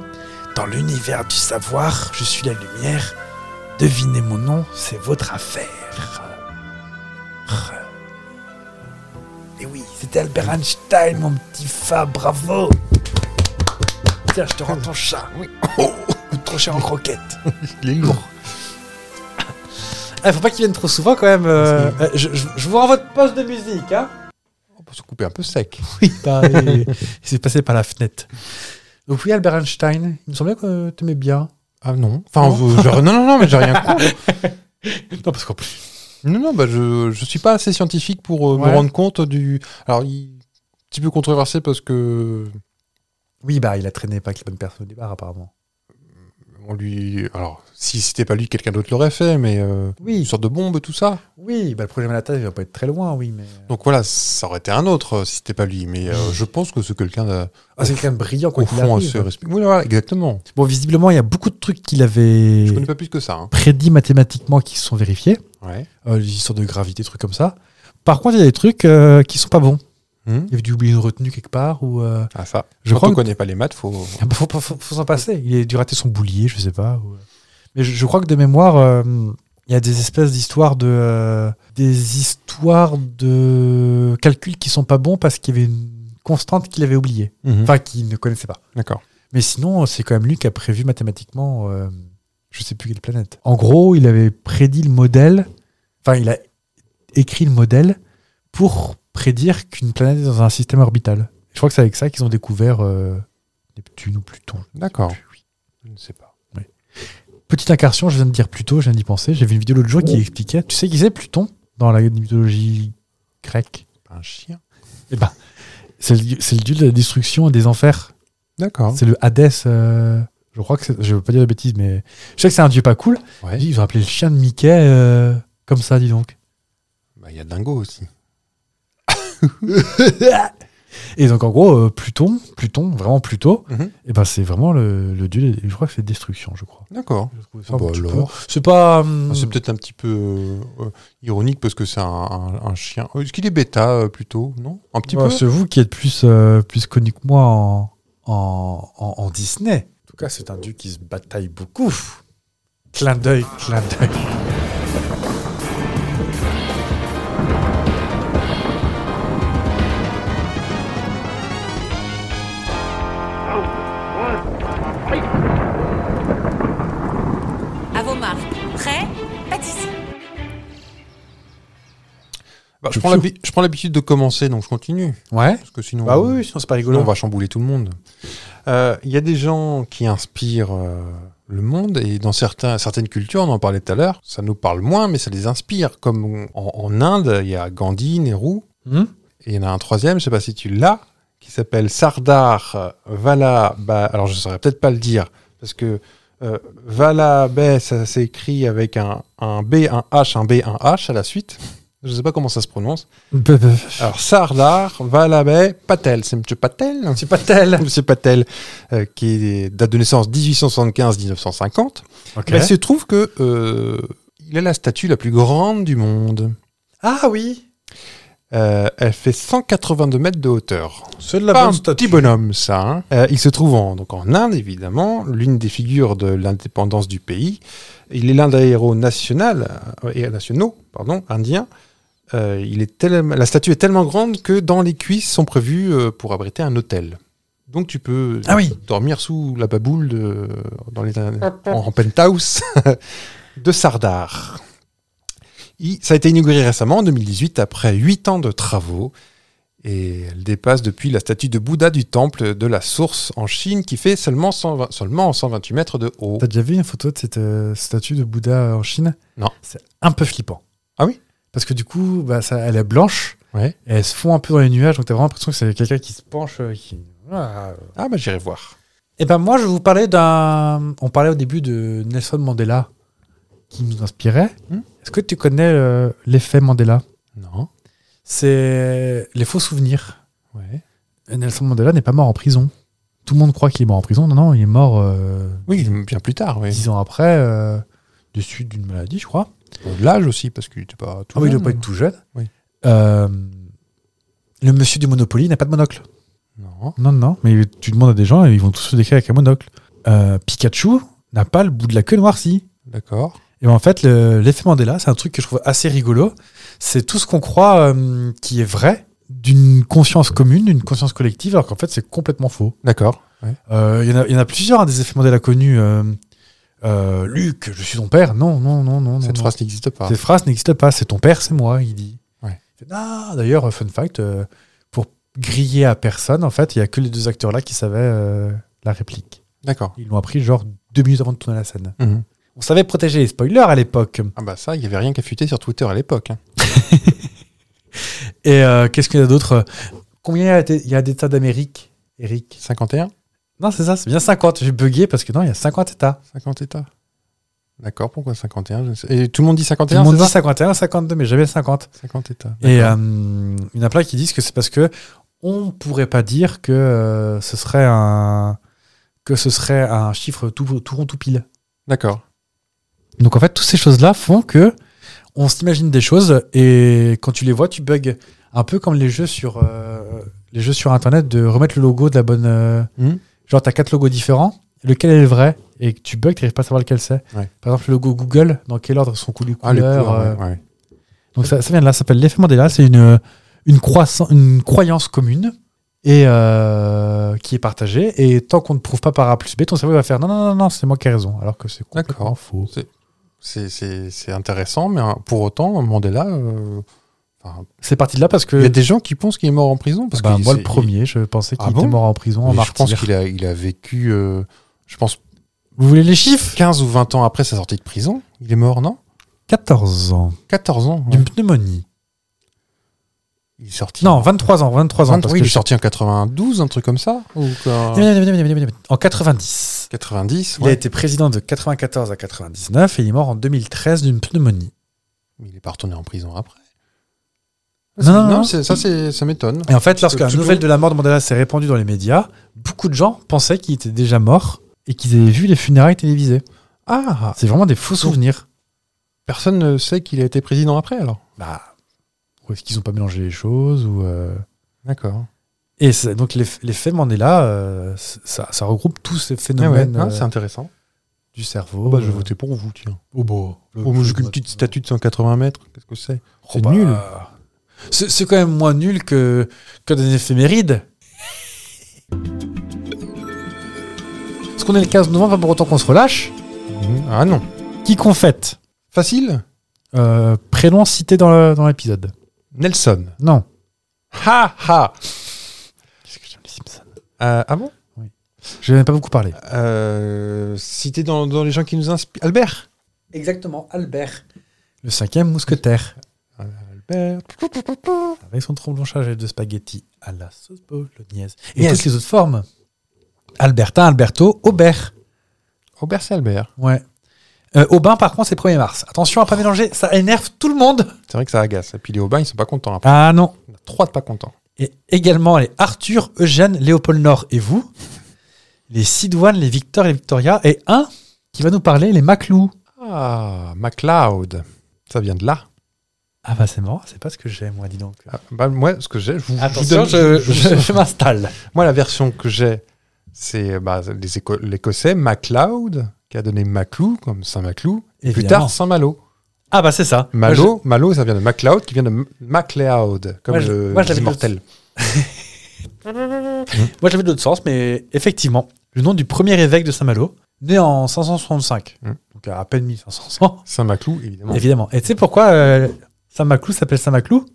Speaker 6: Dans l'univers du savoir, je suis la lumière. Devinez mon nom, c'est votre affaire. Et Eh oui, c'était Albert Einstein, mon petit Fab, bravo Tiens, je te rends ton chat. Oui. trop cher en croquette.
Speaker 2: Il est lourd.
Speaker 6: Il Ah, faut pas qu'il vienne trop souvent quand même. euh, euh, je, je- je vous rends votre poste de musique, hein
Speaker 2: On peut se couper un peu sec.
Speaker 6: Oui, bah, il, il s'est passé par la fenêtre. Donc oui, Albert Einstein, il me semblait que tu aimais bien.
Speaker 2: Ah non. Enfin, vous- je- non, non, non, mais j'ai rien contre.
Speaker 6: Non, parce qu'en plus...
Speaker 2: Non, non, bah, je, je suis pas assez scientifique pour euh,
Speaker 6: Ouais.
Speaker 2: me rendre compte du. Alors, il un petit peu controversé parce que.
Speaker 6: Oui, bah, il a traîné pas avec les bonnes personnes au départ, apparemment.
Speaker 2: On lui. Alors, si c'était pas lui, quelqu'un d'autre l'aurait fait, mais. euh, une
Speaker 6: Oui,
Speaker 2: sorte de bombe, tout ça.
Speaker 6: oui, bah, le problème à la tête, il va pas être très loin, oui, mais...
Speaker 2: Donc voilà, ça aurait été un autre euh, si c'était pas lui. Mais euh, je pense que c'est quelqu'un d'a-
Speaker 6: Ah, c'est quand même brillant, quoi
Speaker 2: au
Speaker 6: qu'il
Speaker 2: fond
Speaker 6: arrive.
Speaker 2: assez respect. Oui, voilà, exactement.
Speaker 6: Bon, visiblement, il y a beaucoup de trucs qu'il avait
Speaker 2: Je connais pas plus que ça. hein.
Speaker 6: prédits mathématiquement qui se sont vérifiés.
Speaker 2: Ouais.
Speaker 6: Euh, les histoires de gravité, trucs comme ça. Par contre, il y a des trucs euh, qui sont pas bons.
Speaker 2: Hum.
Speaker 6: Il y avait dû oublier une retenue quelque part, ou... euh,
Speaker 2: Ah ça.
Speaker 6: Je
Speaker 2: Je
Speaker 6: crois
Speaker 2: Quand on
Speaker 6: que-
Speaker 2: connaît pas les maths, faut.
Speaker 6: Ah bah, faut, pas- faut- faut s'en passer. Il a dû rater son boulier, je sais pas. ou- euh. Mais je, je crois que de mémoire, euh, il y a des espèces d'histoires de. euh, des histoires de calculs qui sont pas bons parce qu'il y avait une constante qu'il avait oubliée.
Speaker 2: Mhm.
Speaker 6: Enfin, qu'il ne connaissait pas.
Speaker 2: D'accord.
Speaker 6: Mais sinon, c'est quand même lui qui a prévu mathématiquement, euh, je sais plus quelle planète. En gros, il avait prédit le modèle. Enfin, il a
Speaker 1: écrit le modèle pour prédire qu'une planète est dans un système orbital. Je crois que c'est avec ça qu'ils ont découvert euh, Neptune ou Pluton.
Speaker 2: D'accord.
Speaker 1: Oui.
Speaker 2: Je ne sais pas.
Speaker 1: Petite incursion, je viens de dire Pluton, je viens d'y penser. J'ai vu une vidéo l'autre jour
Speaker 2: Oh.
Speaker 1: qui expliquait. Tu sais qui c'est Pluton dans la mythologie grecque
Speaker 2: Un chien.
Speaker 1: Eh ben, c'est le, dieu- c'est le dieu de la destruction et des enfers.
Speaker 2: D'accord.
Speaker 1: C'est le Hadès. euh, je crois que c'est- je veux pas dire de bêtises, mais je sais que c'est un dieu pas cool.
Speaker 2: Ouais.
Speaker 1: Ils ont appelé le chien de Mickey euh, comme ça, dis donc.
Speaker 2: Bah, il y a Dingo aussi.
Speaker 1: Et donc en gros, euh, Pluton, Pluton, vraiment Pluto,
Speaker 2: Mhm.
Speaker 1: et ben c'est vraiment le, le dieu. des- Je crois que c'est destruction, je crois.
Speaker 2: D'accord.
Speaker 1: Je trouvais ça
Speaker 2: Ah
Speaker 1: un
Speaker 2: bah
Speaker 1: petit peu-
Speaker 2: alors.
Speaker 1: C'est pas. hum,
Speaker 2: Ah, C'est peut-être un petit peu euh, euh, ironique parce que c'est un, un- un chien. Est-ce qu'il est bêta euh, plutôt Non Un petit
Speaker 1: ouais,
Speaker 2: peu
Speaker 1: C'est vous qui êtes plus euh, plus connu que moi en en, en- en Disney. En tout cas, c'est un dieu qui se bataille beaucoup. Clin d'œil, clin d'œil.
Speaker 7: À vos marques. Prêt Pâtisserie.
Speaker 2: Bah, je, prends l'habi- je prends l'habitude de commencer, donc je continue.
Speaker 1: Ouais.
Speaker 2: Parce que sinon,
Speaker 1: Bah oui, oui, sinon c'est pas rigolo.
Speaker 2: on va chambouler tout le monde. Euh, Il y a des gens qui inspirent euh, le monde, et dans certains, certaines cultures, on en parlait tout à l'heure, ça nous parle moins, mais ça les inspire. Comme en, en Inde, il y a Gandhi, Nehru,
Speaker 1: Hum
Speaker 2: et il y en a un troisième, je sais pas si tu l'as, qui s'appelle Sardar Vala. alors, je saurais peut-être pas le dire, parce que euh, Vallabh, ça s'écrit avec un, un B, un H, un B, un H à la suite. Je sais pas comment ça se prononce. Alors, Sardar Vallabh Patel, c'est M. Patel
Speaker 1: C'est pas tel.
Speaker 2: M. Patel, euh, qui est date de naissance 1875-1950. Ben, il se trouve que euh, il a la statue la plus grande du monde.
Speaker 1: Ah oui.
Speaker 2: Euh, elle fait 182 mètres de hauteur.
Speaker 1: C'est de la
Speaker 2: Pas
Speaker 1: bonne
Speaker 2: un petit
Speaker 1: statue.
Speaker 2: bonhomme, ça. hein. Euh, il se trouve en, donc en Inde, évidemment, l'une des figures de l'indépendance du pays. Il est l'un des héros national, euh, et nationaux pardon, indiens. Euh, il est tellem- la statue est tellement grande que dans les cuisses sont prévues euh, pour abriter un hôtel. Donc tu peux
Speaker 1: Ah oui.
Speaker 2: dormir sous la baboule de- dans les, en, en penthouse de Sardar. Il- ça a été inauguré récemment en 2018 après 8 ans de travaux et elle dépasse depuis la statue de Bouddha du temple de la source en Chine qui fait seulement, 120, seulement 128 mètres de haut.
Speaker 1: T'as déjà vu une photo de cette euh, statue de Bouddha en Chine
Speaker 2: Non.
Speaker 1: C'est un peu flippant.
Speaker 2: Ah oui
Speaker 1: Parce que du coup, bah, ça, elle est blanche.
Speaker 2: Ouais.
Speaker 1: Et elle se fond un peu dans les nuages, donc t'as vraiment l'impression que c'est quelqu'un qui se penche. euh, Qui... Ah.
Speaker 2: Ah bah j'irai voir.
Speaker 1: Et ben moi, je vais vous parler d'un. On parlait au début de Nelson Mandela, qui nous inspirait.
Speaker 2: Hmm.
Speaker 1: Est-ce que tu connais euh, l'effet Mandela
Speaker 2: Non.
Speaker 1: C'est les faux souvenirs.
Speaker 2: Ouais.
Speaker 1: Nelson Mandela n'est pas mort en prison. Tout le monde croit qu'il est mort en prison. Non, non, il est mort euh,
Speaker 2: Oui, bien plus tard. Oui.
Speaker 1: dix ans après, euh, de suite d'une maladie, je crois.
Speaker 2: Euh, L'âge aussi parce qu'il n'était pas tout
Speaker 1: Ah oui, il
Speaker 2: jeune.
Speaker 1: doit pas être tout jeune.
Speaker 2: Oui.
Speaker 1: Euh, le monsieur du Monopoly n'a pas de monocle.
Speaker 2: Non.
Speaker 1: Non, non, mais tu demandes à des gens et ils vont tous se décrire avec un monocle. Euh, Pikachu n'a pas le bout de la queue noircie.
Speaker 2: D'accord.
Speaker 1: Et ben, en fait, le- l'effet Mandela, c'est un truc que je trouve assez rigolo. C'est tout ce qu'on croit euh, qui est vrai d'une conscience commune, d'une conscience collective, alors qu'en fait, c'est complètement faux.
Speaker 2: D'accord. Ouais.
Speaker 1: Euh, Il y, en a- il y en a plusieurs, hein, des effets Mandela connus. Euh, euh, Luc, je suis ton père. Non, non, non, non.
Speaker 2: Cette
Speaker 1: non,
Speaker 2: phrase n'existe pas.
Speaker 1: cette phrase n'existe pas. C'est ton père, c'est moi, il dit.
Speaker 2: Ouais.
Speaker 1: Il fait, Ah, d'ailleurs, fun fact, euh, pour griller à personne, en fait, il y a que les deux acteurs-là qui savaient euh, la réplique.
Speaker 2: D'accord.
Speaker 1: Ils l'ont appris genre deux minutes avant de tourner la scène.
Speaker 2: Mhm.
Speaker 1: On savait protéger les spoilers à l'époque.
Speaker 2: Ah bah ça, il n'y avait rien qu'à fuiter sur Twitter à l'époque. hein.
Speaker 1: Et euh, qu'est-ce qu'il y a d'autre Combien il y a d'États d'Amérique, Eric
Speaker 2: 51
Speaker 1: Non, c'est ça, c'est bien 50. J'ai bugué parce que non, il y a 50 États.
Speaker 2: 50 États. D'accord, pourquoi 51 je ne sais- Et tout le monde dit
Speaker 1: Tout le
Speaker 2: 51,
Speaker 1: monde
Speaker 2: c'est
Speaker 1: dit
Speaker 2: ça
Speaker 1: 51, 52, mais jamais 50.
Speaker 2: 50 États.
Speaker 1: Et
Speaker 2: D'accord.
Speaker 1: euh, il y en a plein qui disent que c'est parce que on pourrait pas dire que euh, ce serait un que ce serait un chiffre tout, tout rond tout pile.
Speaker 2: D'accord.
Speaker 1: Donc en fait, toutes ces choses-là font que on s'imagine des choses et quand tu les vois, tu bugs. Un peu comme les jeux sur euh, les jeux sur internet de remettre le logo de la bonne. euh,
Speaker 2: Mhm.
Speaker 1: Genre t'as quatre logos différents, lequel est le vrai et que tu bugs, t'arrives pas à savoir lequel c'est.
Speaker 2: Ouais.
Speaker 1: Par exemple, le logo Google, dans quel ordre sont coulées
Speaker 2: Ah, les couleurs,
Speaker 1: euh,
Speaker 2: ouais, ouais.
Speaker 1: donc ça, ça vient de là, ça s'appelle l'effet Mandela. C'est une, une, croissance- une croyance commune et euh, qui est partagée. Et tant qu'on ne prouve pas par A plus B, ton cerveau va faire non, non, non, non, c'est moi qui ai raison. Alors que c'est complètement
Speaker 2: D'accord.
Speaker 1: faux.
Speaker 2: C'est- C'est c'est- c'est intéressant, mais hein, pour autant, Mandela, euh, Enfin,
Speaker 1: C'est parti de là parce que
Speaker 2: Il y a des gens qui pensent qu'il est mort en prison parce
Speaker 1: Euh, bah,
Speaker 2: que
Speaker 1: moi,
Speaker 2: c'est-
Speaker 1: le premier, je pensais qu'il
Speaker 2: Ah
Speaker 1: était
Speaker 2: bon
Speaker 1: mort en prison, en
Speaker 2: Mais je
Speaker 1: martyr.
Speaker 2: pense qu'il a, il a vécu, euh, je pense,
Speaker 1: Vous voulez les chiffres
Speaker 2: 15 ou 20 ans après sa sortie de prison. Il est mort, non
Speaker 1: 14 ans
Speaker 2: 14 ans. ouais.
Speaker 1: d'une pneumonie.
Speaker 2: Il est sorti.
Speaker 1: Non, 23 ans, 23 ans.
Speaker 2: 20
Speaker 1: parce
Speaker 2: oui,
Speaker 1: que
Speaker 2: il est
Speaker 1: je-
Speaker 2: sorti en 92, un truc comme ça. Ou quoi
Speaker 1: En 90.
Speaker 2: 90.
Speaker 1: Il a
Speaker 2: ouais.
Speaker 1: été président de 94 à 99 et il est mort en 2013 d'une pneumonie.
Speaker 2: Mais il est pas retourné en prison après.
Speaker 1: Non, non, non.
Speaker 2: c'est- ça, c'est- ça m'étonne.
Speaker 1: Et en fait, lorsque
Speaker 2: Parce
Speaker 1: la
Speaker 2: que tout
Speaker 1: nouvelle
Speaker 2: le-
Speaker 1: de la mort de Mandela s'est répandue dans les médias, beaucoup de gens pensaient qu'il était déjà mort et qu'ils avaient vu les funérailles télévisées.
Speaker 2: Ah,
Speaker 1: C'est vraiment des faux
Speaker 2: Donc-
Speaker 1: souvenirs.
Speaker 2: personne ne sait qu'il a été président après alors.
Speaker 1: Bah, ou est-ce qu'ils n'ont pas mélangé les choses ou euh,
Speaker 2: D'accord.
Speaker 1: Et c'est- donc les- l'effet Mandela, euh, c- ça, ça regroupe tous ces
Speaker 2: Ah ouais,
Speaker 1: phénomènes
Speaker 2: hein,
Speaker 1: euh,
Speaker 2: c'est intéressant.
Speaker 1: du cerveau.
Speaker 2: bah, je vais
Speaker 1: euh,
Speaker 2: voter pour vous, tiens.
Speaker 1: Oh, bah, le-
Speaker 2: Oh, moi, j'ai
Speaker 1: le-
Speaker 2: qu'une petite statue de 180 mètres. Qu'est-ce que c'est
Speaker 1: Oh,
Speaker 2: c'est
Speaker 1: bah,
Speaker 2: nul.
Speaker 1: C'est c'est quand même moins nul que, que des éphémérides. Parce qu'on est le 15 novembre, pour autant qu'on se relâche.
Speaker 2: Ah non.
Speaker 1: Qui qu'on fête
Speaker 2: Facile
Speaker 1: Euh, Prénom cité dans le- dans l'épisode.
Speaker 2: Nelson.
Speaker 1: non.
Speaker 2: Ha Ah, ha
Speaker 1: Qu'est-ce que j'aime les Simpsons
Speaker 2: Euh, Ah bon
Speaker 1: Je n'en ai pas beaucoup parlé.
Speaker 2: euh, Cité dans, dans les gens qui nous inspirent. Albert
Speaker 1: Exactement, Albert. Le cinquième mousquetaire.
Speaker 2: Euh, Albert.
Speaker 1: Avec son tronchage et de spaghettis à la sauce bolognaise. Et
Speaker 2: Yes.
Speaker 1: toutes les autres formes. Albertin, Alberto, Aubert.
Speaker 2: Aubert, c'est Albert.
Speaker 1: Ouais. Euh, Aubin, par contre, c'est 1er mars. Attention à pas mélanger, ça énerve tout le monde.
Speaker 2: C'est vrai que ça agace. Et puis les Aubins, ils sont pas contents. Après,
Speaker 1: Ah non.
Speaker 2: il y en a trois de pas contents.
Speaker 1: Et également les Arthur, Eugène, Léopold Nord et vous. Les Sidouanes, les Victor et les Victoria. Et un qui va nous parler, les Maclou.
Speaker 2: Ah, MacLeod. Ça vient de là.
Speaker 1: Ah bah c'est marrant, c'est pas ce que j'aime, moi, dis donc.
Speaker 2: Ah, bah, moi, ce que j'ai, je vous, je vous
Speaker 1: Attention,
Speaker 2: donne-
Speaker 1: je,
Speaker 2: je- je-
Speaker 1: je- je m'installe.
Speaker 2: Moi, la version que j'ai, c'est bah, les Éco- l'Écossais MacLeod, qui a donné Maclou, comme Saint-Maclou, et plus
Speaker 1: Évidemment.
Speaker 2: tard Saint-Malo.
Speaker 1: Ah bah c'est ça. Moi,
Speaker 2: Malo, Malo, ça vient de MacLeod, qui vient de M- MacLeod, comme
Speaker 1: Moi, je-
Speaker 2: le
Speaker 1: moi, je l'avais
Speaker 2: immortel.
Speaker 1: je- Moi j'avais d'autres sens, mais effectivement, le nom du premier évêque de Saint-Malo, né en 565,
Speaker 2: Hmm.
Speaker 1: donc à à peine 1500,
Speaker 2: Saint-Maclou, évidemment.
Speaker 1: évidemment. Et tu sais pourquoi euh, Saint-Maclou s'appelle Saint-Maclou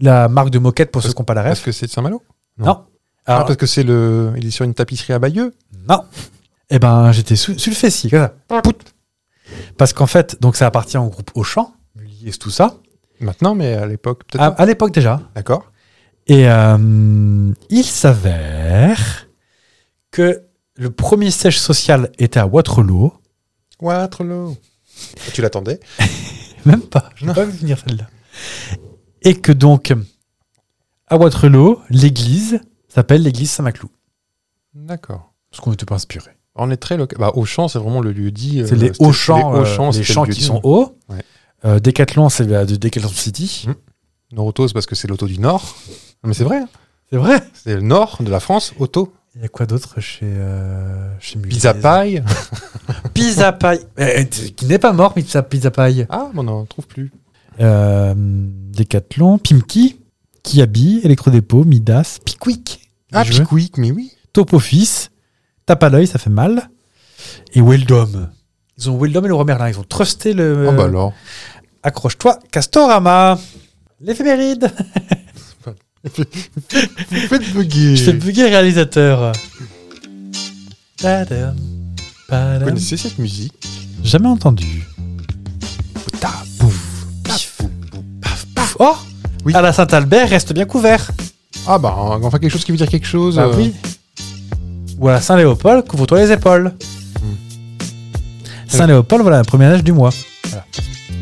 Speaker 1: La marque de moquette pour ceux qui n'ont pas la
Speaker 2: Parce
Speaker 1: ref
Speaker 2: que c'est de Saint-Malo
Speaker 1: Non.
Speaker 2: non. Ah,
Speaker 1: Alors,
Speaker 2: parce que c'est le. Il est sur une tapisserie à Bayeux.
Speaker 1: Non. Eh ben, j'étais sous, sous le fessier, comme ça. Pout. Parce qu'en fait, donc ça appartient au groupe Auchan, Muliez, tout ça,
Speaker 2: Maintenant, mais à l'époque, peut-être.
Speaker 1: à,
Speaker 2: pas.
Speaker 1: à l'époque déjà.
Speaker 2: D'accord.
Speaker 1: Et euh, il s'avère que le premier siège social était à Waterloo.
Speaker 2: Waterloo. Tu l'attendais
Speaker 1: Même pas, je n'ai
Speaker 2: Non.
Speaker 1: pas vu venir celle-là. Et que donc, à Waterloo, l'église s'appelle l'église Saint-Maclou.
Speaker 2: D'accord.
Speaker 1: Parce qu'on n'était pas inspiré.
Speaker 2: On est très local. Bah, Auchan, c'est vraiment le lieu-dit. euh,
Speaker 1: C'est les
Speaker 2: c'était-
Speaker 1: hauts champs,
Speaker 2: Les
Speaker 1: euh,
Speaker 2: hauts
Speaker 1: les,
Speaker 2: champs, c'était le
Speaker 1: champs qui
Speaker 2: lieu-dit.
Speaker 1: sont hauts.
Speaker 2: Ouais.
Speaker 1: Euh, Décathlon, c'est la de Décathlon City.
Speaker 2: Mm. Noroto, c'est parce que c'est l'auto du Nord. Non, mais c'est vrai. hein.
Speaker 1: C'est vrai.
Speaker 2: C'est le Nord de la France, auto.
Speaker 1: Il y a quoi d'autre chez, euh, chez Muliez
Speaker 2: Pizza paille.
Speaker 1: Pizza Pie. Euh, qui n'est pas mort, Pizza, Pizza Pie.
Speaker 2: Ah, mais on n'en trouve plus.
Speaker 1: euh, Decathlon, Pimki, Kiabi, Electrodépôt, Midas, Pickwick,
Speaker 2: Ah,
Speaker 1: Jeux.
Speaker 2: Pickwick, mais oui.
Speaker 1: Top Office, Tape à l'œil, ça fait mal, et Weldom. Ils ont Weldom et le Merlin, ils ont trusté
Speaker 2: Ah,
Speaker 1: le.
Speaker 2: bah alors.
Speaker 1: Accroche-toi, Castorama L'éphéméride
Speaker 2: Vous faites bugger.
Speaker 1: Je fais bugger réalisateur. Tadam,
Speaker 2: Vous
Speaker 1: padam.
Speaker 2: connaissez cette musique
Speaker 1: euh, Jamais entendu. Ta, pouf, pif, paf, paf. Oh
Speaker 2: Oui.
Speaker 1: À la Saint-Albert, reste bien couvert.
Speaker 2: Ah, bah, enfin, quelque chose qui veut dire quelque chose.
Speaker 1: Bah
Speaker 2: euh,
Speaker 1: oui. Ou à la Saint-Léopold, couvre-toi les épaules. Saint-Léopold, voilà, la première neige du mois.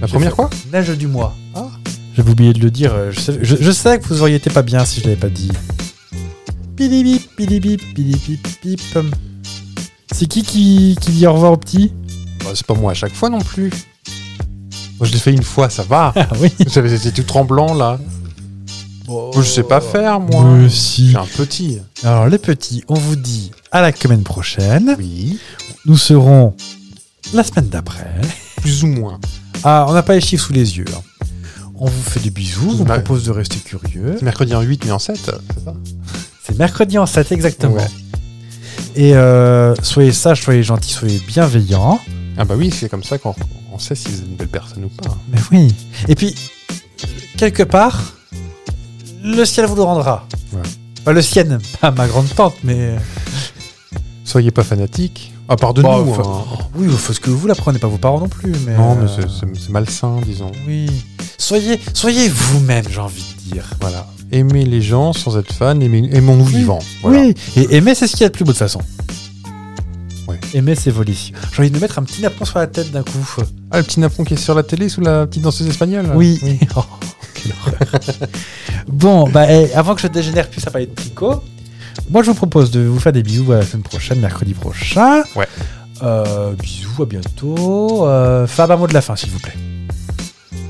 Speaker 2: La première quoi
Speaker 1: Neige du mois.
Speaker 2: Ah.
Speaker 1: J'avais oublié de le dire. euh, Je sais, je- je sais que vous auriez été pas bien si je l'avais pas dit. Pilibip, pilibip, pilibip, pip. C'est qui, qui qui dit au revoir au petit
Speaker 2: Bah, C'est pas moi à chaque fois non plus. Moi, je l'ai fait une fois, ça va.
Speaker 1: Ah oui.
Speaker 2: J'avais été tout tremblant là. Moi, Je sais pas faire moi.
Speaker 1: Mais
Speaker 2: Je
Speaker 1: si.
Speaker 2: suis un petit.
Speaker 1: Alors les petits, on vous dit à la semaine prochaine.
Speaker 2: Oui.
Speaker 1: Nous serons la semaine d'après.
Speaker 2: Plus ou moins.
Speaker 1: Ah, on n'a pas les chiffres sous les yeux. hein. On vous fait des bisous, on vous
Speaker 2: Ouais.
Speaker 1: propose de rester curieux.
Speaker 2: C'est mercredi en 8 mais en 7, c'est ça
Speaker 1: C'est mercredi en 7 exactement.
Speaker 2: Ouais.
Speaker 1: Et euh, soyez sages, soyez gentils, soyez bienveillants.
Speaker 2: Ah bah oui, c'est comme ça qu'on on sait si vous êtes une belle personne ou pas.
Speaker 1: Mais oui. Et puis, quelque part, le ciel vous le rendra.
Speaker 2: Ouais.
Speaker 1: Pas le sien, pas ma grande tante, mais. euh,
Speaker 2: Soyez pas fanatiques. À part de
Speaker 1: Bah,
Speaker 2: nous.
Speaker 1: enfin,
Speaker 2: hein.
Speaker 1: Oui, vous faites ce que vous, la prenez pas vos parents non plus. Mais
Speaker 2: Non, mais
Speaker 1: euh,
Speaker 2: c'est- c'est c'est malsain, disons.
Speaker 1: Oui. Soyez, soyez vous-même, j'ai envie de dire. Voilà.
Speaker 2: Aimer les gens sans être fan, aimer- aimons-nous
Speaker 1: Oui.
Speaker 2: vivants. Voilà.
Speaker 1: Oui, et aimer, c'est ce qu'il y a de plus beau de toute façon.
Speaker 2: Ouais.
Speaker 1: Aimer, c'est volition. J'ai envie de mettre un petit napon sur la tête d'un coup.
Speaker 2: Ah, le petit napon qui est sur la télé sous la petite danseuse espagnole
Speaker 1: Oui. Oh, quelle horreur. bon, bah, eh, avant que je dégénère plus à parler de tricot, moi je vous propose de vous faire des bisous à la semaine prochaine, mercredi prochain.
Speaker 2: Ouais.
Speaker 1: Euh, bisous, à bientôt. Euh, Fab, un mot de la fin, s'il vous plaît.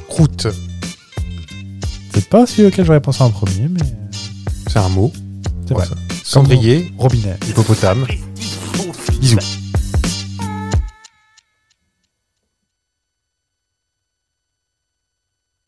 Speaker 2: Croûte.
Speaker 1: C'est pas celui auquel j'aurais pensé en premier, mais.
Speaker 2: C'est un mot.
Speaker 1: C'est
Speaker 2: Ouais,
Speaker 1: vrai.
Speaker 2: Cendrier,
Speaker 1: Robinet.
Speaker 2: hippopotame. Bisous.